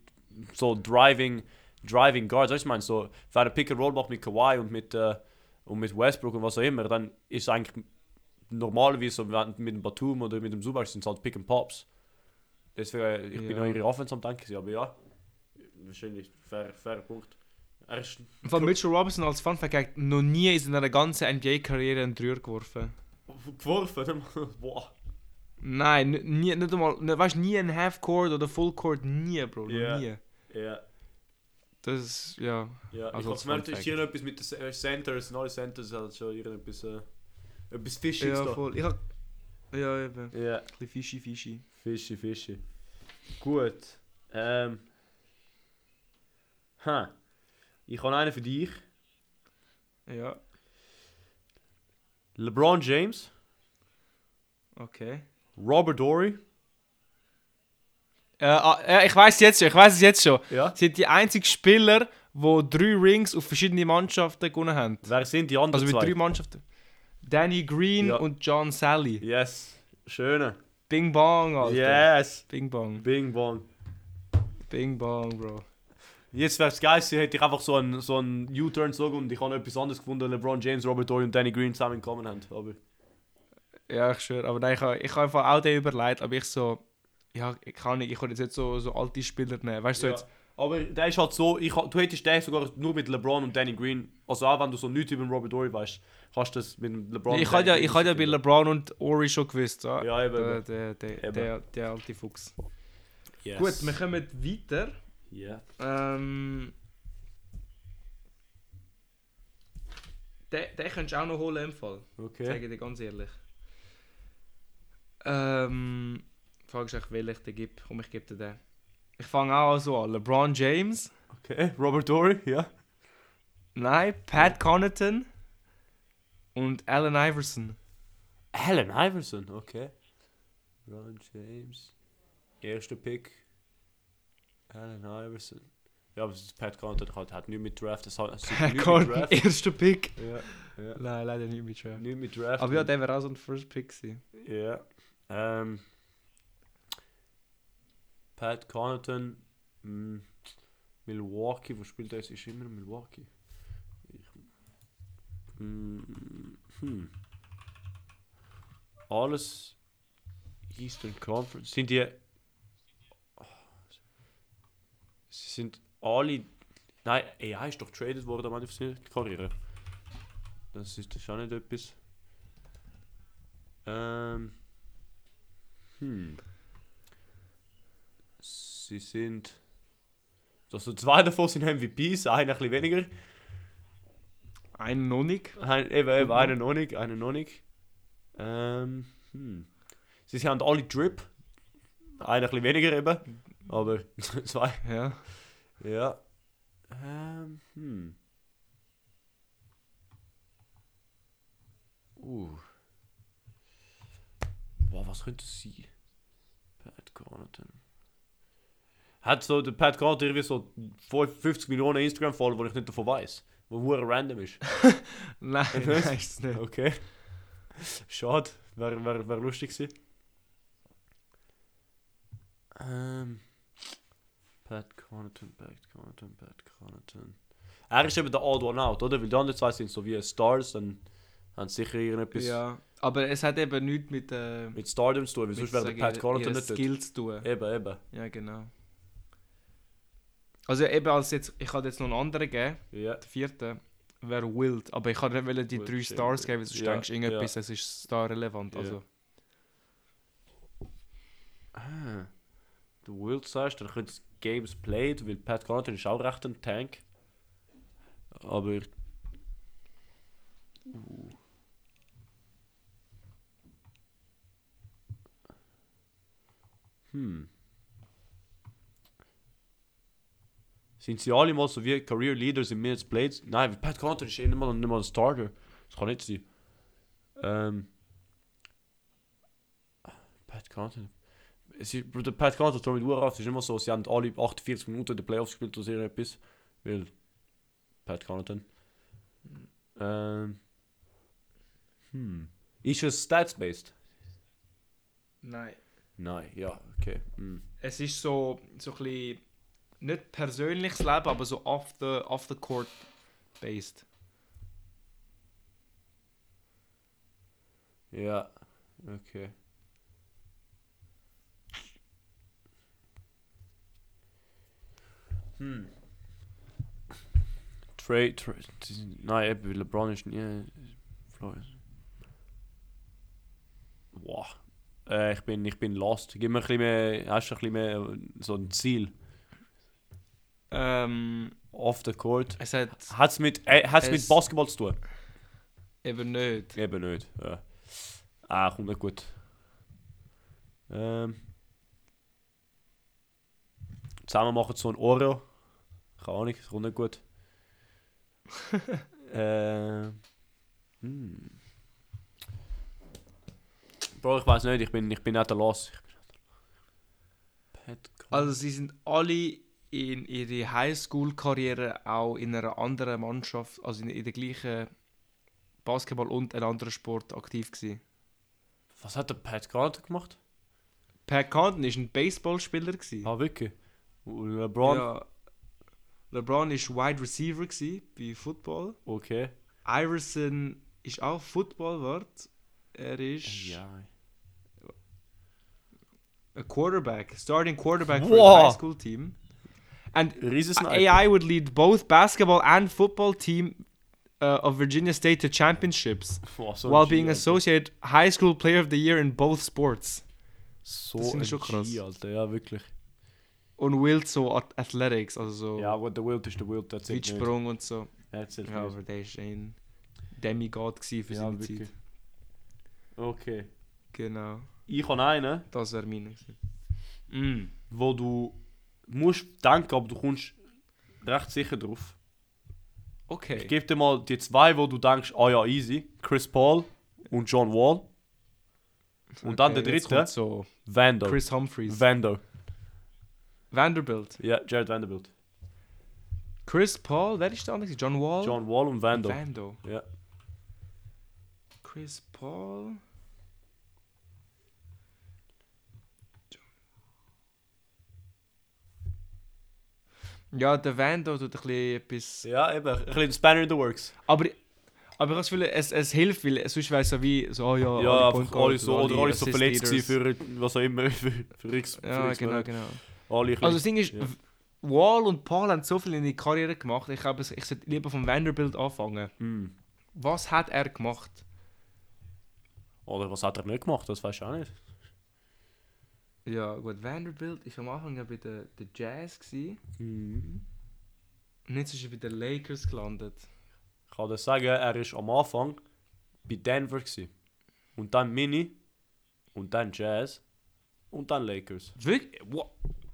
Speaker 1: so Driving, Driving Guards. Weißt du, ich meine, so, wenn er Pick and Roll macht mit Kawhi und mit, äh, und mit Westbrook und was auch immer, dann ist eigentlich normalerweise so, wenn- mit dem Batum oder mit dem Zubac sind es halt Pick and Pops. Deswegen, äh, ich bin
Speaker 2: Ja.
Speaker 1: an ihre Offense am Denken, gewesen, aber ja, wahrscheinlich fair, fairer Punkt. Er ist,
Speaker 2: Von Mitchell Robinson als Fun Fact hat noch nie in seiner ganzen NBA-Karriere einen Dreier geworfen.
Speaker 1: geworfen, [LAUGHS] boah.
Speaker 2: Nein, n- nie, nicht einmal, ne, weißt du, nie ein Half-Court oder Full-Court, nie, Bro, noch
Speaker 1: Ja.
Speaker 2: nie.
Speaker 1: Ja,
Speaker 2: Das ist, ja.
Speaker 1: ja. ich
Speaker 2: Also
Speaker 1: habe gemerkt,
Speaker 2: als Fun
Speaker 1: es ist
Speaker 2: Fact.
Speaker 1: irgendetwas mit den Se- äh, Centers, neue Centers, hat schon irgendetwas, äh, etwas Fischiges
Speaker 2: Ja,
Speaker 1: da.
Speaker 2: voll. Ich hab, ja, eben.
Speaker 1: Ja.
Speaker 2: bisschen fishy, fishy.
Speaker 1: Fischi, Fischi. Gut. Ähm. Ha. Ich habe einen für dich.
Speaker 2: Ja,
Speaker 1: LeBron James,
Speaker 2: okay.
Speaker 1: Robert Dory.
Speaker 2: Äh, ah, äh, ich weiß jetzt schon, ich weiß es jetzt schon.
Speaker 1: Ja.
Speaker 2: Sie sind die einzigen Spieler, die drei Rings auf verschiedene Mannschaften gewonnen haben.
Speaker 1: Wer sind die anderen
Speaker 2: Also mit
Speaker 1: zwei?
Speaker 2: drei Mannschaften. Danny Green
Speaker 1: Ja.
Speaker 2: und John Sally.
Speaker 1: Yes. Schöne.
Speaker 2: Bing Bang, Alter.
Speaker 1: Yes.
Speaker 2: Bing Bang.
Speaker 1: Bing Bong.
Speaker 2: Bing Bang, Bro.
Speaker 1: Jetzt wäre es geil, sie hätte ich einfach so einen, so einen U-Turn gezogen und ich habe etwas anderes gefunden, LeBron James, Robert Dory und Danny Green zusammen in Common haben. Aber
Speaker 2: Ja, ich schwöre. Aber nein, ich habe ich hab einfach auch den überlegt, aber ich so. Ja, ich kann nicht, ich kann jetzt nicht so, so alte Spieler nehmen. Weißt du, so
Speaker 1: Ja.
Speaker 2: jetzt.
Speaker 1: Aber der ist halt so, ich, ha- du hättest den sogar nur mit LeBron und Danny Green, also auch wenn du so nichts über den Robert Ory weißt, kannst du das mit dem LeBron
Speaker 2: Nee,
Speaker 1: und
Speaker 2: ich habe
Speaker 1: Danny
Speaker 2: ja,
Speaker 1: Green
Speaker 2: ich hab ja bei
Speaker 1: finden.
Speaker 2: LeBron und Ori schon gewusst. Ja,
Speaker 1: Ja, eben,
Speaker 2: Der,
Speaker 1: eben.
Speaker 2: der, der,
Speaker 1: Eben.
Speaker 2: der, der alte Fuchs.
Speaker 1: Yes.
Speaker 2: Gut, wir kommen weiter.
Speaker 1: Ja.
Speaker 2: Ähm. Den, den könntest du auch noch holen im Fall. Sage
Speaker 1: Okay.
Speaker 2: ich dir ganz ehrlich. Ähm. Fragst du, welchen ich dir gebe? Komm, ich gebe dir den. Ich fange auch also an. LeBron James.
Speaker 1: Okay, Robert Ory, ja.
Speaker 2: Nein, Pat Connaughton. Und Allen Iverson.
Speaker 1: Allen Iverson, okay. Ron James. Erster Pick. Allen Iverson. Ja, aber es ist Pat Connaughton hat, hat nicht mit Draft. Das hat das hat
Speaker 2: Pat
Speaker 1: nicht
Speaker 2: Connaughton, [LAUGHS]
Speaker 1: mit Draft.
Speaker 2: erster Pick.
Speaker 1: Ja, ja.
Speaker 2: Nein, leider nicht mit Draft.
Speaker 1: Nicht mit Draft.
Speaker 2: Aber ja, der wäre auch so ein First Pick gewesen.
Speaker 1: Ja. Ähm, Pat Connaughton, mm, Milwaukee, wo spielt er? Es ist immer Milwaukee. Ich, mm, hm. Alles Eastern Conference. Sind die. oh, Sie sind alle. Nein, AI ist doch traded worden am Ende von seiner Karriere. Das ist schon nicht etwas. Ähm. Hm. Sie sind. Also zwei davon sind MVPs, einer ein bisschen weniger.
Speaker 2: Einen noch nicht.
Speaker 1: Ein, eben, eben, einer noch nicht, einer noch nicht. Ähm. Hm. Sie haben alle Drip. Einer ein bisschen weniger eben. Aber [LAUGHS] zwei.
Speaker 2: Ja.
Speaker 1: Ja. Ähm, hm. Uh. Boah, was könnte es sein? Pat Connaughton. Hat so der Pat Connaughton irgendwie so 50 Millionen Instagram-Follower, wo ich nicht davon weiß. Wo nur random ist.
Speaker 2: [LAUGHS] Nein,
Speaker 1: Was?
Speaker 2: nein, ist es nicht.
Speaker 1: Okay. Schade. Wäre wär, wär lustig gewesen. Ähm. Pat Connaughton, Pat Connaughton, Pat Connaughton. Er ist eben der Odd One Out, oder? Weil die anderen zwei sind so wie Stars, dann haben sie sicher irgendetwas
Speaker 2: Ja, aber es hat eben nichts mit, äh,
Speaker 1: mit Stardom zu tun, weil
Speaker 2: mit
Speaker 1: sonst wäre der
Speaker 2: sagen,
Speaker 1: Pat
Speaker 2: ihr-
Speaker 1: Connaughton
Speaker 2: ihren
Speaker 1: nicht dort.
Speaker 2: Skill zu tun.
Speaker 1: Eben, eben.
Speaker 2: Ja, genau. Also eben als jetzt, ich hatte jetzt noch einen anderen gegeben,
Speaker 1: Ja.
Speaker 2: der vierte, wäre Wild, aber ich wollte nicht wollen die
Speaker 1: Wild
Speaker 2: drei
Speaker 1: Chamber.
Speaker 2: Stars geben, weil sonst
Speaker 1: Ja,
Speaker 2: denkst du irgendetwas, es ist star-relevant,
Speaker 1: Ja.
Speaker 2: also.
Speaker 1: Ah. Der Wild sagst, dann könnte es dus Games played, weil Pat Connaughton ist auch recht ein Tank. Aber Hm. Sind sie alle mal so wie Career Leaders in Minutes Played? Nein, weil Pat Connaughton ist eh nicht mal, nicht mal ein Starter. Das kann nicht sein. Ähm. Pat Connaughton. Sie, Bro, der Pat Connaughton hat mit Uhr auf, es ist immer so, sie haben alle 48 Minuten in den Playoffs gespielt, was irgendetwas. Weil. Pat Connaughton. Ähm. Hm. Ist es stats-based?
Speaker 2: Nein.
Speaker 1: Nein, ja, okay. Hm.
Speaker 2: Es ist so, so ein bisschen, nicht persönliches Leben, aber so after, after court based.
Speaker 1: Ja, okay. Hm. Trey, Trey, die sind- nein, eben, LeBron ist nie. Flores. Boah. Äh, ich bin, ich bin lost. Gib mir ein bisschen mehr, hast du ein bisschen mehr äh, so ein Ziel.
Speaker 2: Ähm,
Speaker 1: Off the court.
Speaker 2: es hat
Speaker 1: Hat es mit, äh, hat's mit
Speaker 2: Es-
Speaker 1: Basketball zu tun?
Speaker 2: eben nicht.
Speaker 1: Eben nicht. Ja. Ah, kommt nicht gut. Ähm. Zusammen machen so ein Oreo. Keine Ahnung, es kommt nicht
Speaker 2: [LAUGHS]
Speaker 1: gut. ähm. Hm. Bro, ich weiß nicht, ich bin, ich bin nicht der Loss. Ich bin nicht der Loss.
Speaker 2: Also sie sind alle in ihrer Highschool-Karriere auch in einer anderen Mannschaft, also in, in der gleichen Basketball und einem anderen Sport aktiv gewesen.
Speaker 1: Was hat der Pat Carter gemacht?
Speaker 2: Pat Canton war ein Baseballspieler. gewesen.
Speaker 1: Ah, wirklich? Und LeBron?
Speaker 2: Ja. LeBron war Wide Receiver gewesen, bei Football.
Speaker 1: Okay.
Speaker 2: Iverson ist auch Footballwart. Er ist a Quarterback, starting Quarterback for
Speaker 1: Wow.
Speaker 2: a high school team. And
Speaker 1: Riesen AI.
Speaker 2: AI would lead both basketball and football team uh, of Virginia State to championships while being associate high school player of the year in both sports.
Speaker 1: So
Speaker 2: Das
Speaker 1: ein
Speaker 2: finde ich schon krass.
Speaker 1: G, Alter. Ja, wirklich.
Speaker 2: Und Wild so At- Athletics, also so
Speaker 1: Ja, gut, der Wild ist der Wild. Der zählt nicht.
Speaker 2: Weitsprung und so.
Speaker 1: Der zählt
Speaker 2: Ja,
Speaker 1: nicht.
Speaker 2: aber der ist ein Demigod gewesen für
Speaker 1: Ja,
Speaker 2: seine
Speaker 1: wirklich.
Speaker 2: Zeit.
Speaker 1: Okay.
Speaker 2: Genau,
Speaker 1: Ich habe einen,
Speaker 2: das wäre meine. gewesen. Mm.
Speaker 1: wo du musst denken, aber du kommst recht sicher drauf. Ich
Speaker 2: Okay.
Speaker 1: gebe dir mal die zwei, wo du denkst, ah ja, easy. Chris Paul und John Wall. Und dann
Speaker 2: okay,
Speaker 1: der
Speaker 2: jetzt
Speaker 1: dritte,
Speaker 2: kommt So
Speaker 1: Vando.
Speaker 2: Chris Humphries.
Speaker 1: Vando.
Speaker 2: Vanderbilt.
Speaker 1: Ja, Jared Vanderbilt.
Speaker 2: Chris Paul, wer ist der andere? John Wall?
Speaker 1: John Wall und Vando.
Speaker 2: Vando.
Speaker 1: Ja.
Speaker 2: Chris Paul. Ja, der Vando tut ein bisschen etwas.
Speaker 1: Ja, eben. Ein bisschen Spanner in the Works.
Speaker 2: Aber, aber ich habe das Gefühl, es, es hilft, weil sonst weiss er wie, so, ah ja,
Speaker 1: ja,
Speaker 2: Point
Speaker 1: einfach alle
Speaker 2: Guards
Speaker 1: so,
Speaker 2: und
Speaker 1: oder alle so
Speaker 2: Assist
Speaker 1: verletzt gewesen
Speaker 2: Leaders.
Speaker 1: für was auch immer, [LAUGHS] für, für X. für
Speaker 2: Ja,
Speaker 1: X-
Speaker 2: genau, genau.
Speaker 1: Alle ein bisschen.
Speaker 2: Also das Ding ist,
Speaker 1: Ja.
Speaker 2: Wall und Paul haben so viel in die Karriere gemacht. Ich glaube, ich sollte lieber vom Vanderbilt anfangen.
Speaker 1: Hm.
Speaker 2: Was hat er gemacht?
Speaker 1: Oder was hat er nicht gemacht, das weißt du auch nicht.
Speaker 2: Ja, gut, Vanderbilt ist am Anfang ja bei den den Jazz gsi und jetzt ist er bei den Lakers gelandet.
Speaker 1: Ich kann dir sagen, er ist am Anfang bei Denver gewesen. Und dann Mini. Und dann Jazz. Und dann Lakers.
Speaker 2: Wirklich?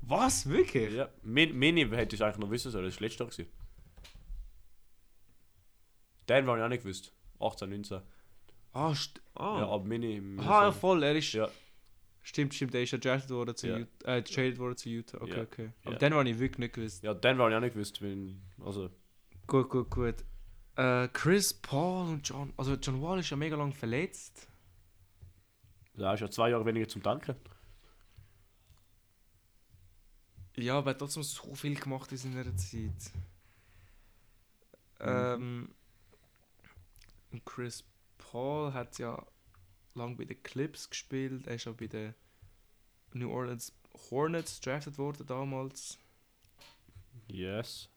Speaker 2: Was? Wirklich?
Speaker 1: Ja, Min Mini hätte ich eigentlich noch wissen sollen, das war letztes Jahr. gewesen. Den war ich auch nicht gewusst. 18, 19.
Speaker 2: Ah, st- ah.
Speaker 1: Ja, aber Mini.
Speaker 2: ah, ja, voll, er ist...
Speaker 1: Ja.
Speaker 2: Stimmt, stimmt, er ist ja drafted worden zu
Speaker 1: Ja.
Speaker 2: Utah, äh, traded worden zu Utah, okay,
Speaker 1: Ja.
Speaker 2: okay. Aber
Speaker 1: Ja.
Speaker 2: den war ich wirklich nicht gewusst.
Speaker 1: ja, den war ich auch nicht gewusst. wenn- Also,
Speaker 2: Gut, gut, gut. Äh, Chris Paul und John... Also, John Wall ist ja mega lang verletzt.
Speaker 1: da hast du ja zwei Jahre weniger zum Denken.
Speaker 2: Ja, aber er hat trotzdem so viel gemacht in seiner Zeit. Ähm, und Chris Paul hat ja lange bei den Clips gespielt. Er ist auch bei den New Orleans Hornets drafted worden damals.
Speaker 1: Yes.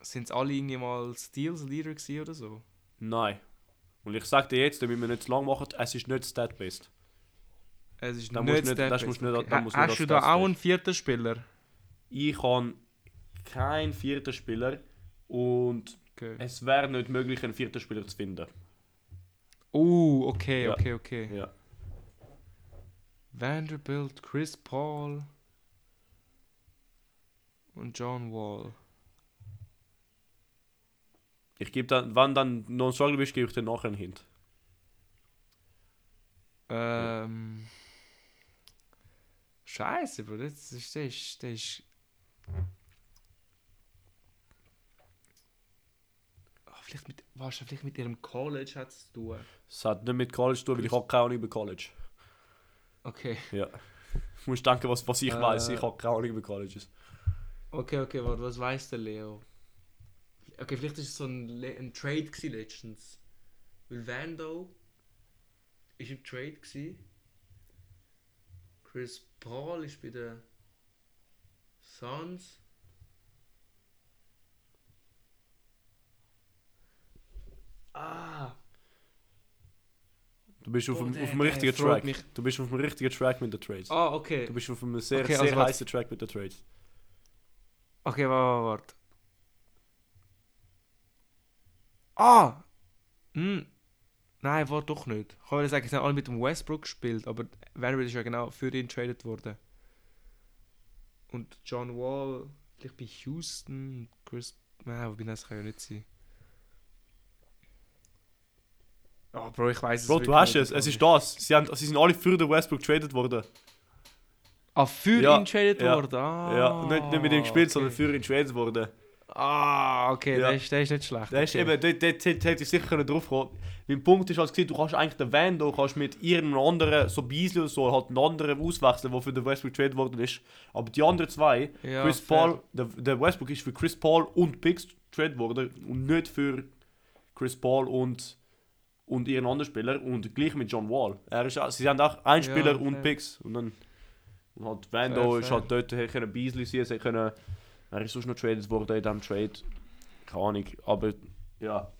Speaker 2: Sind alle irgendwie mal Steals Leader gewesen oder so?
Speaker 1: Nein. Und ich sage dir jetzt, damit wir nicht zu lang machen, es ist nicht stat-based.
Speaker 2: Es ist
Speaker 1: Dann musst
Speaker 2: nicht
Speaker 1: du nicht-
Speaker 2: der
Speaker 1: das
Speaker 2: Beste.
Speaker 1: musst du nicht-
Speaker 2: Okay.
Speaker 1: dann musst du
Speaker 2: Ha-
Speaker 1: nicht
Speaker 2: Hast du
Speaker 1: auf
Speaker 2: da
Speaker 1: das
Speaker 2: auch
Speaker 1: Beste.
Speaker 2: einen vierten Spieler?
Speaker 1: Ich habe keinen vierten Spieler und
Speaker 2: Okay.
Speaker 1: es wäre nicht möglich, einen vierten Spieler zu finden.
Speaker 2: Oh, okay,
Speaker 1: Ja.
Speaker 2: okay, okay.
Speaker 1: Ja.
Speaker 2: Vanderbilt, Chris Paul und John Wall.
Speaker 1: Ich gebe dann, wenn dann noch ein Struggle bist, gebe ich dir nachher einen Hint.
Speaker 2: Ähm. Scheiße, Bro, das ist. Das ist, das ist Ah, Vielleicht mit, was, vielleicht mit ihrem College hat es zu tun.
Speaker 1: Es hat nicht mit College zu tun, weil ich habe keine Ahnung über College.
Speaker 2: Okay.
Speaker 1: Ja. Du musst denken, was, was ich
Speaker 2: Äh.
Speaker 1: weiß. Ich habe keine Ahnung über Colleges.
Speaker 2: Okay, okay, warte, was weiß der Leo? Okay, vielleicht ist es so ein, Le- ein Trade gsi letztens. Weil Vando ist im Trade gsi. Chris Paul ist bei den Suns. Ah,
Speaker 1: Du bist auf,
Speaker 2: Oh,
Speaker 1: dem,
Speaker 2: der-
Speaker 1: auf dem
Speaker 2: der
Speaker 1: richtigen
Speaker 2: freut
Speaker 1: Track.
Speaker 2: mich.
Speaker 1: Du bist auf dem richtigen Track mit den Trades.
Speaker 2: ah, okay.
Speaker 1: Du bist auf einem sehr,
Speaker 2: Okay, also
Speaker 1: sehr
Speaker 2: warte.
Speaker 1: heißen Track mit den Trades.
Speaker 2: Okay, warte, warte, warte. Ah! Hm. Nein, war doch nicht. Ich kann mir sagen, es haben alle mit dem Westbrook gespielt, aber Vanderbilt ist ja genau für ihn traded worden. Und John Wall, vielleicht bei Houston, Chris. Nein, wobei das kann ja nicht sein. Ah, Bro, ich weiß es
Speaker 1: Bro, du
Speaker 2: wirklich
Speaker 1: hast
Speaker 2: nicht,
Speaker 1: es. Es
Speaker 2: Mann.
Speaker 1: ist das. Sie, haben, sie sind alle für den Westbrook traded worden.
Speaker 2: Ah, für
Speaker 1: Ja,
Speaker 2: ihn traded
Speaker 1: ja,
Speaker 2: worden? Ah,
Speaker 1: ja, nicht, nicht mit ihm gespielt, sondern
Speaker 2: okay.
Speaker 1: für ihn traded worden.
Speaker 2: Ah, okay,
Speaker 1: Ja.
Speaker 2: der, ist, der ist nicht schlecht.
Speaker 1: Das ist
Speaker 2: okay.
Speaker 1: eben, dort, dort, dort hätte ich sicher können drauf kommen. Mein Punkt ist halt, gewesen, du kannst eigentlich den Vando kannst mit irgendeinem anderen, so Beasley oder so, halt einen anderen auswechseln, der für den Westbrook traded worden ist. Aber die anderen zwei,
Speaker 2: Ja,
Speaker 1: Chris
Speaker 2: fair.
Speaker 1: Paul, der, der Westbrook ist für Chris Paul und Picks traded worden und nicht für Chris Paul und, und ihren anderen Spieler. Und gleich mit John Wall. Er ist, auch- sie haben auch einen
Speaker 2: Ja,
Speaker 1: Spieler und
Speaker 2: fair.
Speaker 1: Picks. Und dann und halt Vando
Speaker 2: Fair,
Speaker 1: ist
Speaker 2: fair.
Speaker 1: halt dort, hätte können Beasley sein, sie können. Er ist sonst noch traded worden in diesem Trade. Keine Ahnung, aber ja.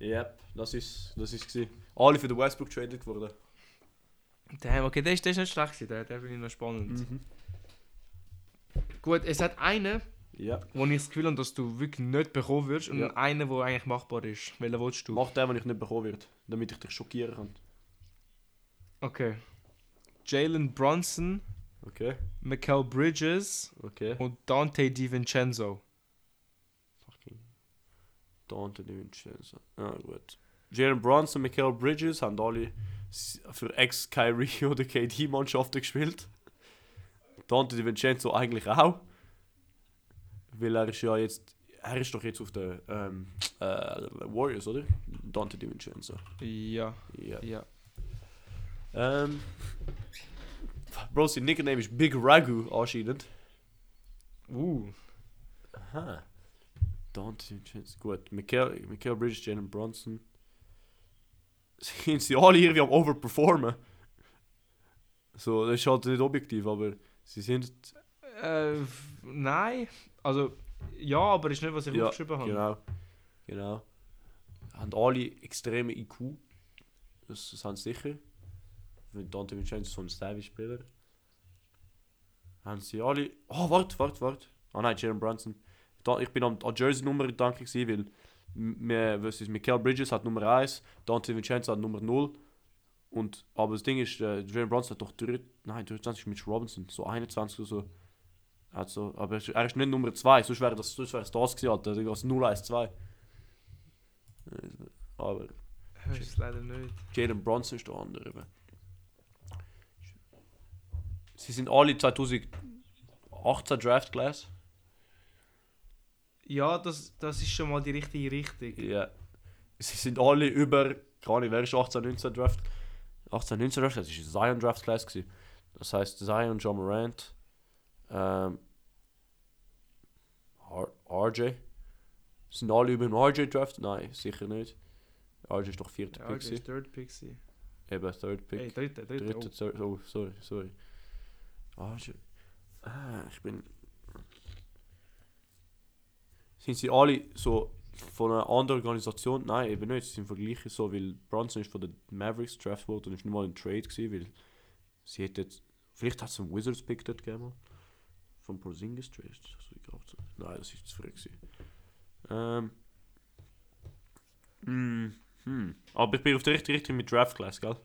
Speaker 1: Yep, das ist das ist gsi. Alle für den Westbrook traded geworden.
Speaker 2: Damn, okay, der ist, der ist nicht schlecht, gewesen, der, der finde ich noch spannend. Mhm. Gut, es hat einen,
Speaker 1: Ja.
Speaker 2: wo ich das Gefühl habe, dass du wirklich nicht bekommen wirst und
Speaker 1: Ja.
Speaker 2: einen, der eigentlich machbar ist. Welchen willst du?
Speaker 1: Mach den, wenn ich nicht bekommen wird, damit ich dich schockieren kann.
Speaker 2: Okay. Jalen Brunson,
Speaker 1: Okay,
Speaker 2: Mikael Bridges
Speaker 1: okay.
Speaker 2: und Dante DiVincenzo.
Speaker 1: Fucking Dante DiVincenzo. Ah gut. Jalen Bronson, Michael Bridges haben alle s- für ex-Kyrie [LAUGHS] oder KD-Mannschaften gespielt. Dante DiVincenzo eigentlich auch. Weil er ist ja jetzt. Er ist doch jetzt auf der ähm, äh, Warriors, oder? Dante DiVincenzo.
Speaker 2: Ja,
Speaker 1: Ja.
Speaker 2: ja.
Speaker 1: Ähm. Bro, sein Nickname ist Big Ragu anscheinend.
Speaker 2: Uh,
Speaker 1: Aha. Dante DiVincenzo. Gut, Michael, Michael Bridges, Jalen Bronson. Sind sie alle irgendwie am Overperformen? So, das ist halt nicht objektiv, aber sie sind.
Speaker 2: äh, nein. Also, ja, aber ist nicht, was ich
Speaker 1: Ja,
Speaker 2: aufgeschrieben habe.
Speaker 1: Genau. Genau. Haben alle extreme IQ. Das, das haben sie sicher. Wenn Dante Vincenzo so ein Savage-Spieler. Haben sie alle. Oh, warte, warte, warte. Ah nein, Jalen Brunson. Da, ich bin am, an Jersey-Nummer danke gewesen, weil m- mir- was ist, Michael Bridges hat Nummer 1, Dante Vincenzo hat Nummer 0. Und, aber das Ding ist, äh, Jalen Brunson hat doch 3, nein, 23 ist Mitch Robinson, so 21 oder so. Also, aber er ist- er ist nicht Nummer 2, sonst wäre das, sonst wäre es das gewesen, Alter. Das 0-1-2. Aber
Speaker 2: Hörst du es Äh, leider nicht.
Speaker 1: Jalen Bronson ist der andere. eben. Sie sind alle 2018 Draft Class.
Speaker 2: Ja, das, das ist schon mal die richtige Richtung.
Speaker 1: Ja. Sie sind alle über, keine Ahnung, wer ist 18, 19 Draft? 18, 19 Draft, Class, das ist Zion Draft Class gewesen. Das heißt Zion, John Morant, ähm, R RJ. Sind alle über den RJ Draft? Nein, sicher nicht. RJ ist doch vierter
Speaker 2: Ja,
Speaker 1: Pick.
Speaker 2: das war
Speaker 1: gewesen.
Speaker 2: Third Pick. gewesen.
Speaker 1: Eben, third Pick.
Speaker 2: Ey, dritter, dritter.
Speaker 1: Dritte,
Speaker 2: Oh.
Speaker 1: sorry, oh, sorry, sorry. Ah, ich, ah, ich bin. Sind sie alle so von einer anderen Organisation? Nein, eben nicht. Sie sind von der gleichen so, weil Brunson ist von den Mavericks draft worden und ist nicht mal ein Trade gewesen, weil sie hätte jetzt. Vielleicht hat es einen Wizards Pick dort gegeben. mal. Von Porzingis Trade. Das ist auch so- Nein, das ist zu früh gewesen. Ähm. Hm, hm. Aber ich bin auf der richtigen Richtung mit Draft Class, gell?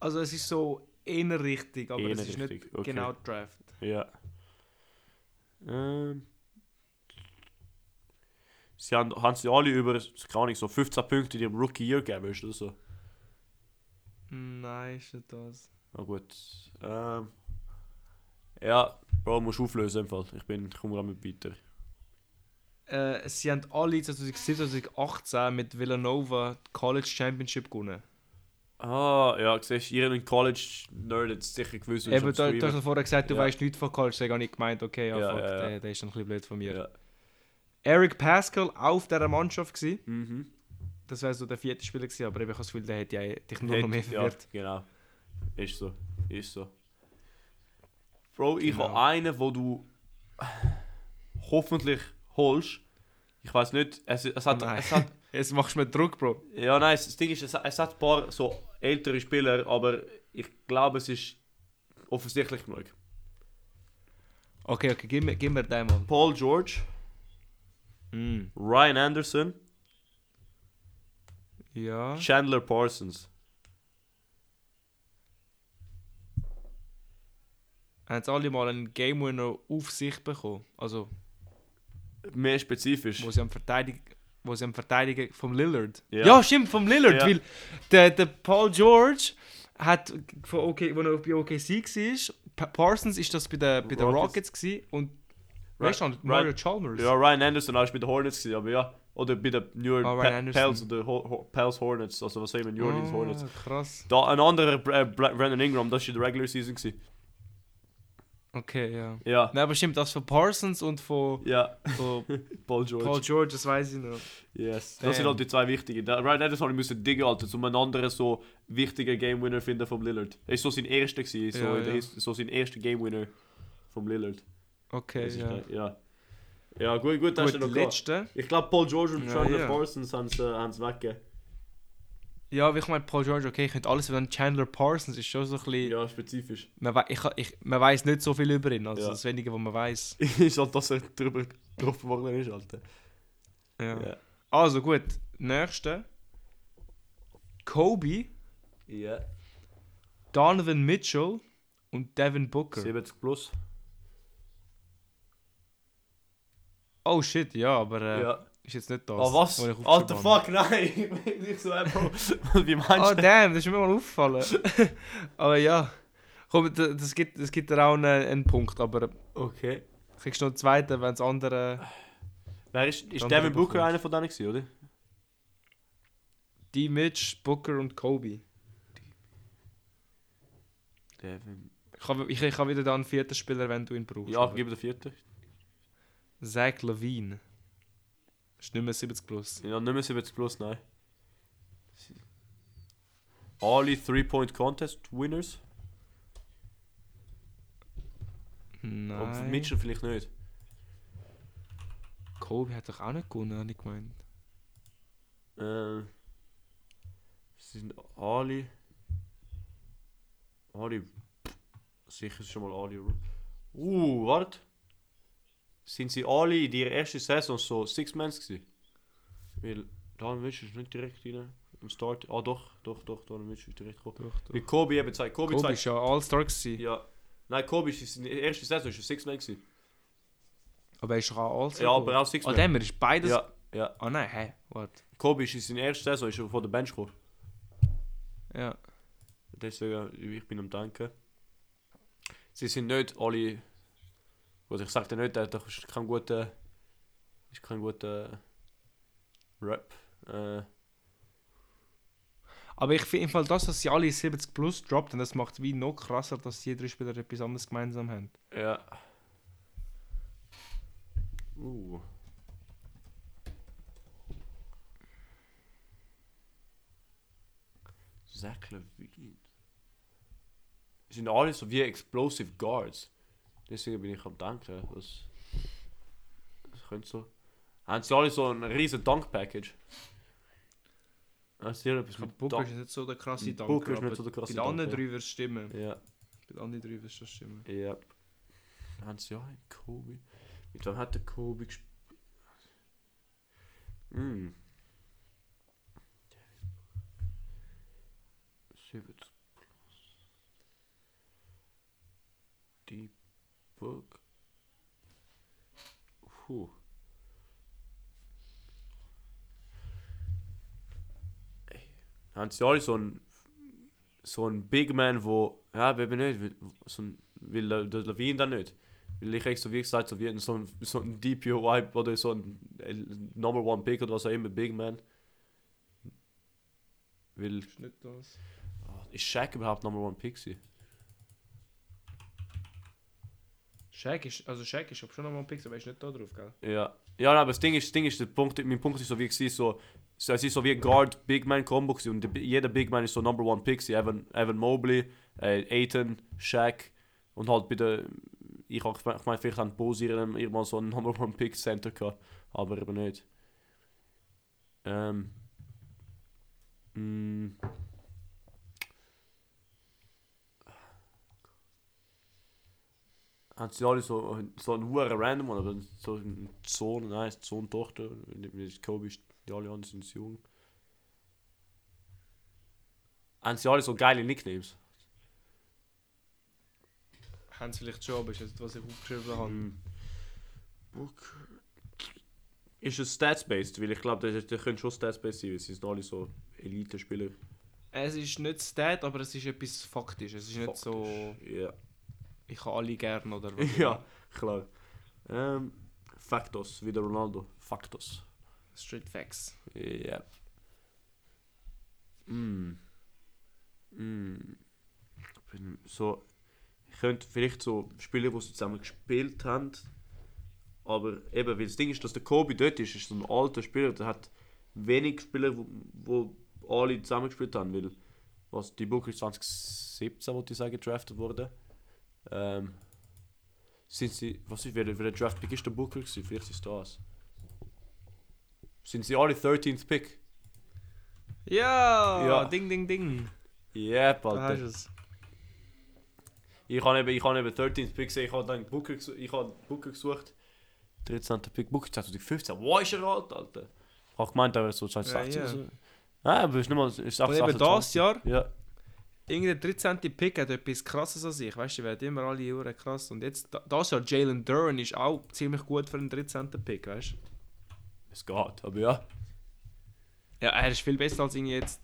Speaker 2: Also, es ist so eher richtig, aber
Speaker 1: Eher
Speaker 2: es ist
Speaker 1: richtig,
Speaker 2: nicht
Speaker 1: okay.
Speaker 2: genau Draft.
Speaker 1: Ja. Ähm. Sie haben, haben sie alle über, keine Ahnung, so 15 Punkte in ihrem Rookie Year gegeben, ist das so?
Speaker 2: Nein, ist nicht das.
Speaker 1: Na gut. Ähm. Ja, Bro, musst auflösen im Fall. Ich bin, ich komme gerade mit weiter.
Speaker 2: Äh, sie haben alle 2017, 2018 mit Villanova die College Championship gewonnen.
Speaker 1: Ah, ja, siehst du, ihr in College Nerd hat sicher gewusst, was
Speaker 2: Eben,
Speaker 1: am
Speaker 2: du, du hast
Speaker 1: Streamen-
Speaker 2: ja vorher gesagt, du
Speaker 1: Ja.
Speaker 2: weißt nichts von College, deswegen habe ich gemeint, okay, ja,
Speaker 1: Ja,
Speaker 2: fuck,
Speaker 1: ja, ja.
Speaker 2: Der, der ist ein bisschen blöd von mir.
Speaker 1: Ja.
Speaker 2: Eric Pascal auch auf dieser Mannschaft gewesen.
Speaker 1: Mhm.
Speaker 2: Das wäre so der vierte Spieler gewesen, aber eben, ich habe das Gefühl, der hätte ja dich nur
Speaker 1: Hätte-
Speaker 2: [LAUGHS] noch mehr
Speaker 1: ja,
Speaker 2: verwirrt.
Speaker 1: genau. Ist so. Ist so. Bro, ich
Speaker 2: Genau.
Speaker 1: habe einen, wo du [SIGHS] hoffentlich holst. Ich weiß nicht, es, es hat.
Speaker 2: Nein.
Speaker 1: Es hat
Speaker 2: [LAUGHS] Jetzt machst du mir Druck, Bro.
Speaker 1: ja, nein, das Ding ist, es, es hat ein paar so ältere Spieler, aber ich glaube, es ist offensichtlich genug.
Speaker 2: Okay, okay, gib mir, gib mir den mal.
Speaker 1: Paul George,
Speaker 2: Mm.
Speaker 1: Ryan Anderson,
Speaker 2: Ja.
Speaker 1: Chandler Parsons.
Speaker 2: Haben sie alle mal einen Game Winner auf sich bekommen? Also,
Speaker 1: Mehr spezifisch.
Speaker 2: wo sie am Verteidigen, wo sie am Verteidigen vom Lillard.
Speaker 1: Ja.
Speaker 2: Ja, stimmt, vom Lillard,
Speaker 1: Ja.
Speaker 2: weil der, der Paul George hat von OK, wo er bei OKC war, Pa- Parsons ist das bei den bei den
Speaker 1: Rockets.
Speaker 2: Rockets gewesen und weißt du,
Speaker 1: Right.
Speaker 2: Mario Chalmers.
Speaker 1: Ja, Ryan Anderson war bei den Hornets, gewesen, aber ja. Oder bei den New
Speaker 2: Ah,
Speaker 1: Orleans
Speaker 2: Ryan
Speaker 1: Pe
Speaker 2: Anderson.
Speaker 1: Pels, oder Ho Ho Pels Hornets, also was sagen wir, New Orleans Hornets.
Speaker 2: Ah, krass.
Speaker 1: Da, ein anderer, äh, Bra- Brandon Ingram, das war in der Regular Season. Gewesen.
Speaker 2: Okay, ja.
Speaker 1: Ja,
Speaker 2: Nein, aber stimmt, das von Parsons und von,
Speaker 1: ja, [LAUGHS]
Speaker 2: von
Speaker 1: Paul George.
Speaker 2: Paul George, das weiß ich noch.
Speaker 1: Yes.
Speaker 2: Damn.
Speaker 1: Das sind halt die zwei wichtigen. Der Ryan Anderson musste diggen, Alter, um einen anderen so wichtigen Game Winner finden vom Lillard. Er ist so sein erster gewesen, so,
Speaker 2: Ja,
Speaker 1: in der
Speaker 2: ja.
Speaker 1: ersten- so sein erster Game Winner vom Lillard.
Speaker 2: Okay,
Speaker 1: Das ist
Speaker 2: ja.
Speaker 1: der- ja. Ja, gut, gut, hast du
Speaker 2: Gut,
Speaker 1: noch gehabt.
Speaker 2: letzte.
Speaker 1: Ich glaube, Paul George und
Speaker 2: Ja,
Speaker 1: Chandler
Speaker 2: ja.
Speaker 1: Parsons haben es äh, weggegeben.
Speaker 2: Ja, wie ich meine, Paul George, okay, ich könnte alles über Chandler Parsons, ist schon so ein bisschen...
Speaker 1: Ja,
Speaker 2: [LAUGHS]
Speaker 1: spezifisch.
Speaker 2: Man, wei- ich, ich, man weiß nicht so viel über ihn, also
Speaker 1: Ja.
Speaker 2: das Wenige, was man weiß.
Speaker 1: ist halt, dass er drüber getroffen worden ist, Alter.
Speaker 2: Ja.
Speaker 1: Ja.
Speaker 2: Also gut, nächste. Kobe,
Speaker 1: Ja.
Speaker 2: Donovan Mitchell und Devin Booker.
Speaker 1: 70 plus.
Speaker 2: Oh shit, ja, aber äh,
Speaker 1: Ja.
Speaker 2: ist jetzt nicht das.
Speaker 1: Oh, was?
Speaker 2: wo ich
Speaker 1: Alter,
Speaker 2: aufgeschrieben habe.
Speaker 1: fuck, nein! [LAUGHS] Ich bin nicht so, äh, Bro. [LAUGHS] Wie meinst du
Speaker 2: Oh damn, das ist mir mal aufgefallen.
Speaker 1: [LAUGHS]
Speaker 2: aber ja. Komm, d- das gibt, das gibt dir auch einen, einen Punkt, aber
Speaker 1: Okay.
Speaker 2: kriegst du noch einen zweiten, wenn das andere...
Speaker 1: Wer ist, ist
Speaker 2: Dann
Speaker 1: Devin
Speaker 2: drüber
Speaker 1: Booker
Speaker 2: kommt.
Speaker 1: einer von denen, gewesen, oder?
Speaker 2: Die Mitch, Booker und Kobe.
Speaker 1: Devin.
Speaker 2: Ich kann, ich, ich kann wieder dann einen vierten Spieler, wenn du ihn brauchst.
Speaker 1: Ja,
Speaker 2: aber-
Speaker 1: gib mir den vierten.
Speaker 2: Zach Levine. Ist nicht mehr 70 plus.
Speaker 1: Ja, nicht mehr 70 plus, nein. Alle 3-Point-Contest-Winners?
Speaker 2: Nein.
Speaker 1: Und Mitchell vielleicht nicht.
Speaker 2: Kobe hat doch auch nicht gewonnen, habe ich gemeint.
Speaker 1: Ähm. Sie sind alle. Alle. Sicher schon mal alle. oder? Uh, warte. Sind sie alle in ihrer ersten Saison so Six Mans gewesen? Weil Don Mitchell ist nicht direkt rein im Start. Ah, doch, doch, doch, Don Mitchell ist direkt gekommen.
Speaker 2: Doch, doch.
Speaker 1: Weil Kobe eben zeigt. Kobe,
Speaker 2: Kobe
Speaker 1: zeigt.
Speaker 2: ist ja All-Star gewesen.
Speaker 1: Ja. Nein, Kobe ist in der ersten Saison ist ein Six Man gewesen.
Speaker 2: Aber er ist doch auch All-Star.
Speaker 1: Ja, aber auch Six
Speaker 2: Ah,
Speaker 1: Man.
Speaker 2: dem, er ist beides.
Speaker 1: Ja, ja.
Speaker 2: Ah nein, hä? What?
Speaker 1: Kobe ist in seiner ersten Saison ist er von der Bench gekommen.
Speaker 2: Ja.
Speaker 1: Deswegen, ich bin am Denken. Sie sind nicht alle. Gut, ich sage dir nicht, das ist kein guter. ist kein guter. Rap. Äh,
Speaker 2: Aber ich finde im Fall das, dass sie alle 70 plus droppt, und das macht wie noch krasser, dass die drei Spieler etwas anderes gemeinsam haben.
Speaker 1: ja. Uh. Zach Levine. Sind alle so wie Explosive Guards. Deswegen bin ich am Denken, was. Das könnte so. Haben sie alle so ein riesen Dunk-Package? Haben sie etwas
Speaker 2: Ich glaube,
Speaker 1: mit
Speaker 2: Booker
Speaker 1: Dunk?
Speaker 2: ist nicht so der krasse Dank.
Speaker 1: Booker ist nicht so der krasse
Speaker 2: Bei den anderen
Speaker 1: Danker.
Speaker 2: drei wirst du stimmen.
Speaker 1: Ja,
Speaker 2: Bei den anderen drei wirst du das stimmen.
Speaker 1: ja. Haben sie auch einen Kobe? Mit wem hat der Kobe gespielt? Hm. 70 plus. Die Burg. Puh. Ey, Haben sie alle so ein so ein Big Man, wo ja, eben nicht, weil- so ein, weil der- der Levine dann nicht. Weil ich extra wie gesagt, so wie ein, so ein, so ein DPOY oder so ein äh, Number One Pick oder was auch immer, Big Man. Weil
Speaker 2: Ist nicht das.
Speaker 1: ah, ist Shaq überhaupt Number One Pick? gewesen?
Speaker 2: Shaq ist, also Shaq ist schon nochmal ein Pixel, aber er ist nicht da drauf, gell?
Speaker 1: Ja. Ja, nein, aber das Ding ist, das Ding ist, der Punkt, mein Punkt ist so wie gewesen, so, so es ist so wie ein Guard Big Man Combo gewesen und der, Bi- jeder Big Man ist so Number One Pick, gewesen. Evan, Evan Mobley, äh, Aiton, Shaq und halt bei der ich hab gemeint, ich mein, vielleicht haben die Bulls ihren- irgendwann so einen Number One Pick Center gehabt, aber eben nicht. Ähm. Mm. Haben sie alle so, so einen hohen Random One, aber so ein Sohn, nein, Sohn, Tochter, mit Kobe ist, die alle anderen sind jung. Haben sie alle so geile Nicknames?
Speaker 2: Haben sie vielleicht schon, aber ist nicht, was ich aufgeschrieben habe.
Speaker 1: Ähm, Ist es Stats-based? Weil ich glaube, das, das könnte schon Stats-based sein, weil sie sind alle so Elite-Spieler.
Speaker 2: Es ist nicht Stat, aber es ist etwas faktisch. Es ist nicht so.
Speaker 1: Ja.
Speaker 2: ich habe alle gern oder was auch
Speaker 1: ja, [LAUGHS] klar. Ähm, Factos, wie der Ronaldo. Factos.
Speaker 2: immer. Street Facts.
Speaker 1: Ja. Mm. Mm. Ich bin so. Ich könnte vielleicht so Spiele, die sie zusammen gespielt haben. Aber eben, weil das Ding ist, dass der Kobe dort ist, ist so ein alter Spieler, der hat wenig Spieler, wo, wo alle zusammen gespielt haben, weil was die Booker ist 2017, wollte ich sagen, gedraftet wurde. Ähm, sind sie, was ist, wer, wer der Draft Pick ist der Booker gewesen? Vielleicht ist das. Sind sie alle 13th Pick?
Speaker 2: Ja,
Speaker 1: Ja.
Speaker 2: Ding, ding, ding.
Speaker 1: Yep,
Speaker 2: Da hast du
Speaker 1: Alter.
Speaker 2: es.
Speaker 1: Ich habe eben, ich habe eben 13th Pick gesehen, ich habe dann Booker, gesu- ich habe Booker gesucht. 13. Pick, Booker 2015. Wo ist er alt, Alter? Ich habe gemeint, er wäre so 2016
Speaker 2: Ja, ja.
Speaker 1: oder so. Nein, aber ist nicht mal, ist
Speaker 2: Und eben
Speaker 1: 28.
Speaker 2: das Jahr,
Speaker 1: Ja,
Speaker 2: irgendein 13. Pick hat etwas krasses an sich. Weißt du, die werden immer alle Jahre krass. Und jetzt, da- das Jahr, Jalen Duran ist auch ziemlich gut für einen 13. Pick, weißt du?
Speaker 1: es geht, aber ja.
Speaker 2: Ja, er ist viel besser als irgendwie jetzt.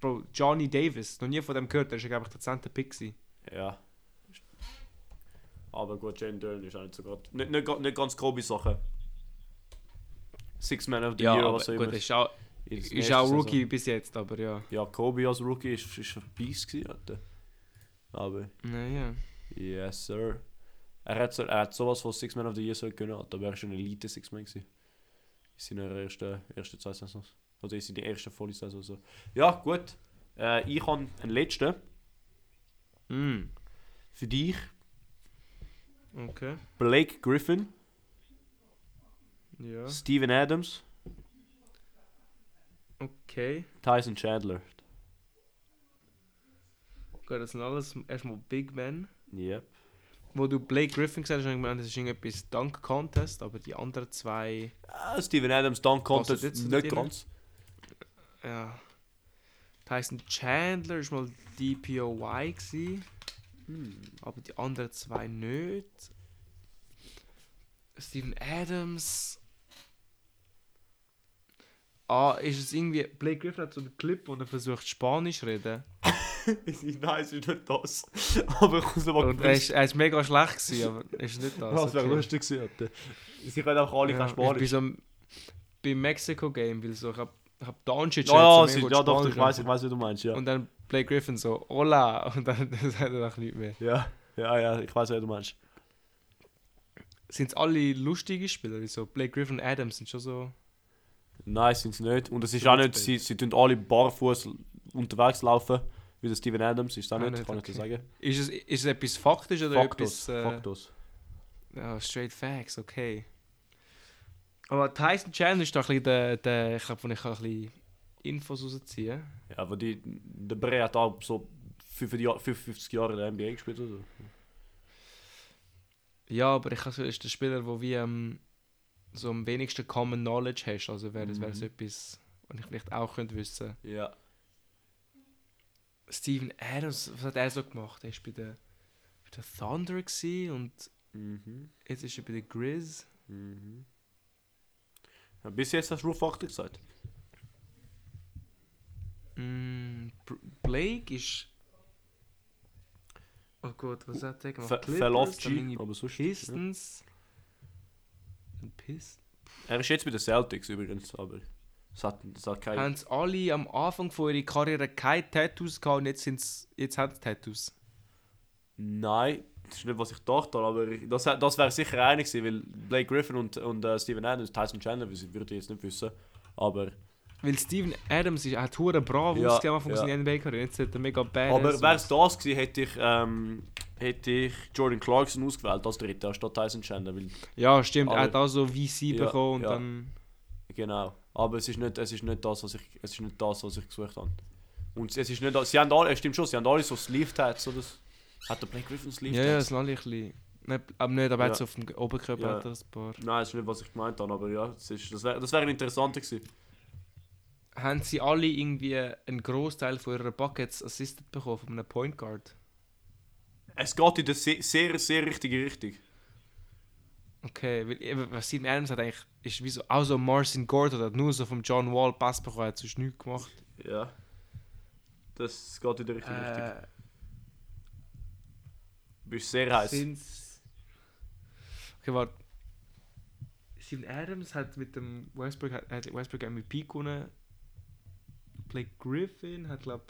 Speaker 2: Bro, Johnny Davis, noch nie von dem gehört, er war, glaube ich, der 10. Pick. Gewesen.
Speaker 1: Ja. Aber gut, Jane Dern ist auch nicht so gut. Nicht, nicht, ga- nicht ganz grobe Sachen. Six Man of the Year, was auch immer.
Speaker 2: gut, ist auch,
Speaker 1: In der
Speaker 2: ist
Speaker 1: nächsten
Speaker 2: auch
Speaker 1: Saison.
Speaker 2: Rookie bis jetzt, aber ja.
Speaker 1: Ja, Kobe als Rookie ist, ist ein Beast gewesen, Alter. Aber,
Speaker 2: Naja.
Speaker 1: yes, sir. Er hat, so, er hat sowas von Six Man of the Year sollen können, Alter. Aber er war schon ein Elite Six Man gewesen. In seiner ersten, ersten zwei Saisons. Oder in seiner ersten volle Saison. So. Ja, gut. Äh, ich habe einen letzten.
Speaker 2: Mm.
Speaker 1: Für dich,
Speaker 2: Okay.
Speaker 1: Blake Griffin,
Speaker 2: Ja.
Speaker 1: Steven Adams.
Speaker 2: Okay.
Speaker 1: Tyson Chandler.
Speaker 2: Gut, das sind alles erstmal Big Men.
Speaker 1: Yep.
Speaker 2: Wo du Blake Griffin gesagt hast, habe ich gemeint, das ist irgendetwas Dunk Contest, aber die anderen zwei.
Speaker 1: Ah, Steven Adams, Dunk Contest,
Speaker 2: Passt jetzt zu
Speaker 1: nicht
Speaker 2: dir?
Speaker 1: ganz.
Speaker 2: Ja. Tyson Chandler ist mal DPOY gewesen. aber die anderen zwei nicht. Steven Adams. Ah, ist es irgendwie. Blake Griffin hat so einen Clip, wo er versucht Spanisch zu reden.
Speaker 1: [LAUGHS] Nein, es ist nicht das. [LAUGHS] Aber ich muss nochmal
Speaker 2: Und er ist, er ist mega schlecht gewesen, aber ist nicht das.
Speaker 1: [LAUGHS] Das wäre
Speaker 2: okay.
Speaker 1: lustig gewesen. Alter. Sie können auch alle kein
Speaker 2: Ja, ich bin
Speaker 1: Spanisch.
Speaker 2: so am- beim Mexico Game, weil so ich hab, hab Doncic
Speaker 1: Ja, ja,
Speaker 2: hat
Speaker 1: sie-
Speaker 2: mega gut
Speaker 1: ja, doch,
Speaker 2: Spanisch
Speaker 1: ich weiß, ich weiß, wie du meinst. Ja,
Speaker 2: Und dann Blake Griffin so, hola, [LAUGHS] und dann sagt er auch nichts mehr.
Speaker 1: ja, ja, ja ich weiß, wie du meinst.
Speaker 2: Sind alle lustige Spieler, wie so Blake Griffin Adams sind schon so.
Speaker 1: Nein, sind sie nicht. Und es ist auch nicht, sie, sie tun alle barfuß unterwegs laufen, wie der Steven Adams. Ist auch
Speaker 2: Ah,
Speaker 1: nicht,
Speaker 2: nicht,
Speaker 1: kann ich dir
Speaker 2: okay.
Speaker 1: sagen.
Speaker 2: Ist es, ist es etwas faktisch oder
Speaker 1: Faktos.
Speaker 2: etwas. Äh,
Speaker 1: Faktos.
Speaker 2: ja, straight facts, okay. Aber Tyson Chandler ist doch ein bisschen der, der ich glaube, wo ich kann ein bisschen Infos rausziehen
Speaker 1: Ja, aber die, der Bre hat auch so 55 Jahre- 55 Jahre in der NBA gespielt. Oder? so.
Speaker 2: Ja, aber ich glaube, ist der Spieler, wo wie ähm, so am wenigsten Common Knowledge hast. Also wäre das wäre so etwas, was ich vielleicht auch könnte wissen.
Speaker 1: Ja.
Speaker 2: Steven Adams, was hat er so gemacht? Er ist bei der, bei der Thunder gewesen und
Speaker 1: Mhm.
Speaker 2: jetzt ist er bei den Grizz.
Speaker 1: Mhm. Ja, bis jetzt hast du nur Fakten gesagt.
Speaker 2: Mm, Br- Blake ist. Oh Gott, was hat der gemacht?
Speaker 1: Ver-
Speaker 2: Clippers,
Speaker 1: Fell off
Speaker 2: dann
Speaker 1: G,
Speaker 2: irgendwie
Speaker 1: aber sonst. Ja.
Speaker 2: Pistons. Ein Pist.
Speaker 1: Er ist jetzt bei den Celtics übrigens, aber es hat, es hat keinen.
Speaker 2: Haben sie alle am Anfang von ihrer Karriere keine Tattoos gehabt und jetzt, sind's, jetzt haben sie Tattoos.
Speaker 1: Nein, das ist nicht, was ich dachte, aber ich- das, hat- das wäre sicher einer gewesen, weil Blake Griffin und, und äh, Steven Adams, Tyson Chandler, wüs- würde ich jetzt nicht wissen. Aber,
Speaker 2: Weil Steven Adams ist, hat hure brav
Speaker 1: Ja,
Speaker 2: ausgesehen am Anfang
Speaker 1: ja.
Speaker 2: seiner NBA-Karriere. Jetzt hat er mega bad.
Speaker 1: aber wäre es das gewesen, hätte ich, ähm, hätte ich Jordan Clarkson ausgewählt als Dritter, anstatt Tyson Chandler. Weil,
Speaker 2: Ja, stimmt.
Speaker 1: Aber-
Speaker 2: er hat auch so VC
Speaker 1: Ja,
Speaker 2: bekommen und
Speaker 1: ja.
Speaker 2: dann...
Speaker 1: Genau. Aber es ist nicht, es ist nicht das, was ich, es ist nicht das, was ich gesucht habe. Und es ist nicht, das- sie haben alle, es stimmt schon, sie haben alle so Sleeve Tats oder so. Hat der Black Griffin Sleeve
Speaker 2: Ja, ja,
Speaker 1: Tats?
Speaker 2: es lasse ich ein bisschen... Nein, aber nicht, aber er hat
Speaker 1: Ja.
Speaker 2: so auf dem Oberkörper
Speaker 1: Ja.
Speaker 2: hat er ein paar.
Speaker 1: Nein, es ist nicht, was ich gemeint habe, aber ja, es ist, das wäre das wär ein interessanter gewesen.
Speaker 2: Haben sie alle irgendwie einen Großteil von ihrer Buckets assisted bekommen von einem Point Guard?
Speaker 1: Es geht in der se sehr, sehr richtige Richtung.
Speaker 2: Okay, weil eben, was Steven Adams hat eigentlich... Ist wie so, auch so Marcin Gordon hat nur so vom John Wall Pass bekommen, hat sonst nichts gemacht.
Speaker 1: Ja. Das geht in der richtigen Richtung.
Speaker 2: Äh,
Speaker 1: bist sehr heiß.
Speaker 2: Sind's. Okay, warte. Steven Adams hat mit dem Westbrook, hat, hat Westbrook MVP gewonnen. Blake Griffin hat, glaube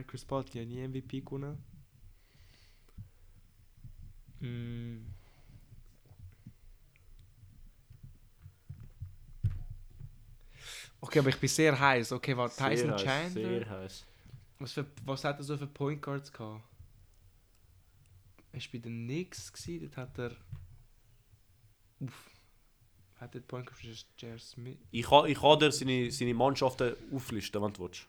Speaker 2: ich, Chris Paul hat ja nie MVP gewonnen. Mm. Okay, aber ich bin sehr heiß. Okay, war
Speaker 1: Sehr
Speaker 2: Tyson
Speaker 1: heiß,
Speaker 2: Chandler?
Speaker 1: Sehr heiß.
Speaker 2: Was, für, was hat er so für Point Guards gehabt? Er war bei den Knicks, gewesen, dort hat er. Uff. Hat er die Point Guard ist J.R. Smith?
Speaker 1: Ich kann, ich kann dir seine, seine Mannschaften auflisten, wenn du willst.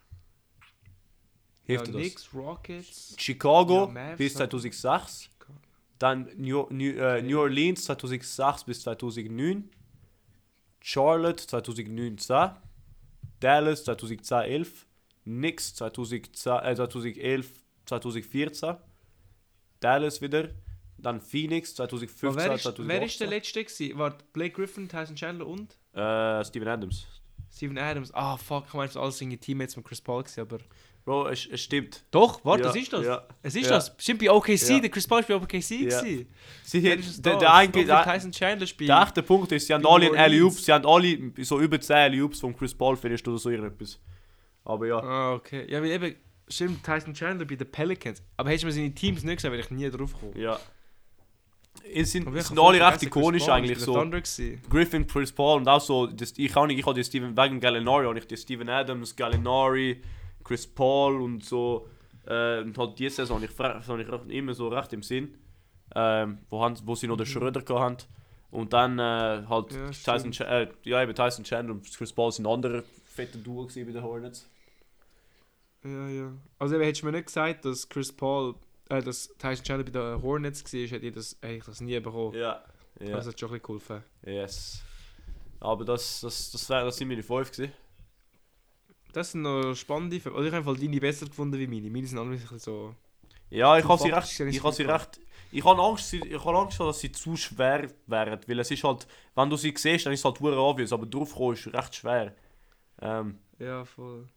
Speaker 1: Hilft
Speaker 2: ja,
Speaker 1: dir das?
Speaker 2: Knicks, Rockets. Ja,
Speaker 1: Chicago
Speaker 2: Mavs
Speaker 1: bis
Speaker 2: hat-
Speaker 1: 2006, dann New, New, äh, New Orleans 2006 bis 2009, Charlotte 2009-10, Dallas 2010-11, Knicks 2010, äh, 2011, 2014, Dallas wieder, dann Phoenix
Speaker 2: Aber
Speaker 1: 2015,
Speaker 2: wer ist, wer ist der
Speaker 1: 2018.
Speaker 2: letzte? gewesen? Warte, Blake Griffin, Tyson Chandler und
Speaker 1: äh, Steven Adams.
Speaker 2: Steven Adams. Ah, fuck, ich meine, das waren alles seine Teammates mit Chris Paul. Gewesen, aber
Speaker 1: Bro, es, es stimmt.
Speaker 2: Doch, warte,
Speaker 1: Ja,
Speaker 2: was ist das?
Speaker 1: ja,
Speaker 2: es ist
Speaker 1: ja.
Speaker 2: das. Stimmt bei OKC,
Speaker 1: Ja.
Speaker 2: der Chris Paul war bei OKC.
Speaker 1: Ja.
Speaker 2: gewesen.
Speaker 1: Sie,
Speaker 2: Wer ist das
Speaker 1: der,
Speaker 2: da?
Speaker 1: der, einzige-
Speaker 2: Doch,
Speaker 1: der,
Speaker 2: Tyson Chandler spielt.
Speaker 1: Der echte Punkt ist, sie haben
Speaker 2: New
Speaker 1: alle
Speaker 2: Orleans.
Speaker 1: alley sie haben alle so über 10 Alley-Oops von Chris Paul finished oder so irgendetwas. Aber ja,
Speaker 2: Ah, okay. Ja, weil eben, stimmt, Tyson Chandler bei den Pelicans. Aber hättest du mir seine Teams nicht gesehen, wäre ich nie drauf gekommen.
Speaker 1: ja. Es sind,
Speaker 2: Aber
Speaker 1: es
Speaker 2: ich
Speaker 1: sind
Speaker 2: hab voll
Speaker 1: alle recht
Speaker 2: vergessen, Chris
Speaker 1: ikonisch
Speaker 2: Paul
Speaker 1: eigentlich
Speaker 2: ist bei den
Speaker 1: so.
Speaker 2: Thunder gewesen.
Speaker 1: Griffin, Chris Paul und auch so, das, ich auch nicht, ich habe die Steven, wegen Gallinari und ich die Steven Adams, Gallinari, Chris Paul und so. Äh, und halt diese Saison, ich, fra- habe ich recht- immer so recht im Sinn, ähm, wo, haben, wo sie noch den Schröder hatten. Und dann äh, halt
Speaker 2: Mhm. Ja,
Speaker 1: Tyson, Ch äh, ja, eben Tyson Chandler und Chris Paul sind andere fette Duo gewesen bei den Hornets.
Speaker 2: Ja, ja. Also eben, hättest du mir nicht gesagt, dass Chris Paul, äh, dass Tyson Chandler bei den Hornets war, hätte ich das, hätte ich das nie bekommen.
Speaker 1: Ja, ja,
Speaker 2: Aber Das hat schon ein bisschen geholfen.
Speaker 1: yes. Aber das, das, das, wär, das sind meine 5 gewesen.
Speaker 2: Das sind noch spannende Fälle. Also ich habe einfach deine besser gefunden wie meine. Meine sind anders ein bisschen so...
Speaker 1: Ja, ich
Speaker 2: Zum
Speaker 1: habe sie
Speaker 2: Fakt
Speaker 1: recht,
Speaker 2: ist,
Speaker 1: ich habe sie
Speaker 2: sie nicht
Speaker 1: recht, ich habe Angst, sie- ich habe Angst, dass sie zu schwer wären, weil es ist halt, wenn du sie siehst, dann ist es halt hure obvious, aber draufkommen ist recht schwer. Ähm,
Speaker 2: Ja, voll.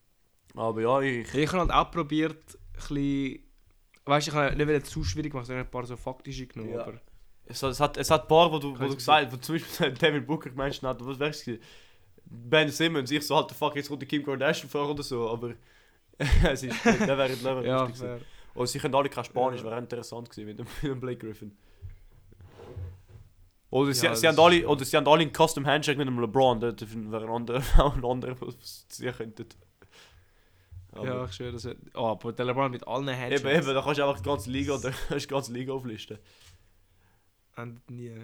Speaker 1: aber ja, ich,
Speaker 2: Ich habe halt auch probiert, ein bisschen... Weißt du, ich habe nicht wieder zu schwierig gemacht, sondern ein paar so faktische genommen,
Speaker 1: Ja.
Speaker 2: aber...
Speaker 1: es, hat- es hat, es hat ein paar, wo du, wo
Speaker 2: Kann
Speaker 1: du
Speaker 2: ich
Speaker 1: gesagt hast, zum Beispiel [LAUGHS] David Booker gemeint hat, was wär's gewesen? Ben Simmons, ich so, halt, the fuck, jetzt kommt die Kim Kardashian vor oder so, aber [LAUGHS] es ist, der wäre nicht lustig
Speaker 2: Ja,
Speaker 1: gewesen.
Speaker 2: fair.
Speaker 1: Oh, sie können alle kein Spanisch,
Speaker 2: Ja.
Speaker 1: wäre interessant gewesen mit dem, [LAUGHS] mit dem Blake Griffin. Oder sie,
Speaker 2: Ja,
Speaker 1: sie,
Speaker 2: das
Speaker 1: haben alle, oder sie haben alle einen Custom Handshake mit dem LeBron, das wäre ein anderer, [LAUGHS] auch ein anderer, was sie könnten. Aber
Speaker 2: Ja, ich schwöre, das wird... Oh, aber der LeBron mit allen Händen...
Speaker 1: Eben, eben, da kannst du einfach die ganze Liga, [LAUGHS] da kannst du die ganze Liga auflisten.
Speaker 2: Endet nie, ja.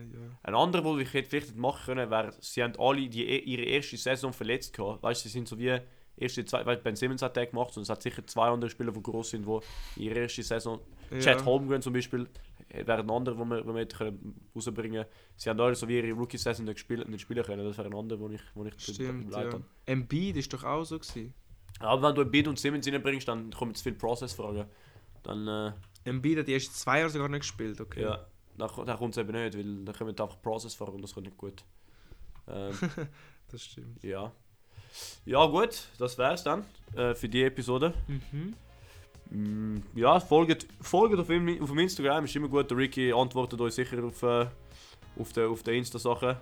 Speaker 1: Ein anderer, wo ich hätte vielleicht hätte machen können, wäre, sie haben alle die, e, ihre erste Saison verletzt gehabt. Weißt du, sie sind so wie erste, zwei, weil Ben Simmons hat den gemacht und es hat sicher zwei andere Spieler, die groß sind, die ihre erste Saison Chad Holmgren zum Beispiel äh, wäre ein anderer, den wir, wo wir hätte können rausbringen können. Sie haben alle so wie ihre Rookie-Saison nicht, gespielt- nicht spielen können. Das wäre ein anderer, wo ich, wo ich
Speaker 2: Stimmt,
Speaker 1: leid
Speaker 2: ja.
Speaker 1: habe.
Speaker 2: Embiid ist doch auch so gewesen.
Speaker 1: Aber wenn du ein Beat und Simmons reinbringst, dann kommen zu viele Process-Fragen. Dann, äh,
Speaker 2: Embiid hat die ersten zwei Jahre sogar nicht gespielt, okay.
Speaker 1: ja, dann, ko- dann kommt es eben nicht, weil dann kommen einfach Process-Fragen und das kommt nicht gut.
Speaker 2: [LAUGHS]
Speaker 1: Ähm,
Speaker 2: Das stimmt.
Speaker 1: ja. Ja, gut, das wär's dann äh, für die Episode.
Speaker 2: Mhm.
Speaker 1: Mm, Ja, folgt, folgt auf, ihm, auf dem Instagram, ist immer gut. Der Ricky antwortet euch sicher auf, äh, auf den, auf den Insta-Sachen.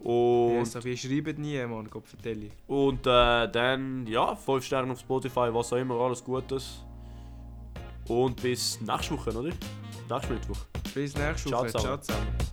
Speaker 1: Und,
Speaker 2: Yes, aber ihr schreibt nie, Mann, Gott vertelle.
Speaker 1: und äh, dann, ja, 5 Sterne auf Spotify, was auch immer, alles Gutes. Und bis nächste Woche, oder? Nächste Mittwoch.
Speaker 2: Bis nächste
Speaker 1: Ciao
Speaker 2: Woche.
Speaker 1: zusammen.
Speaker 2: Ciao zusammen.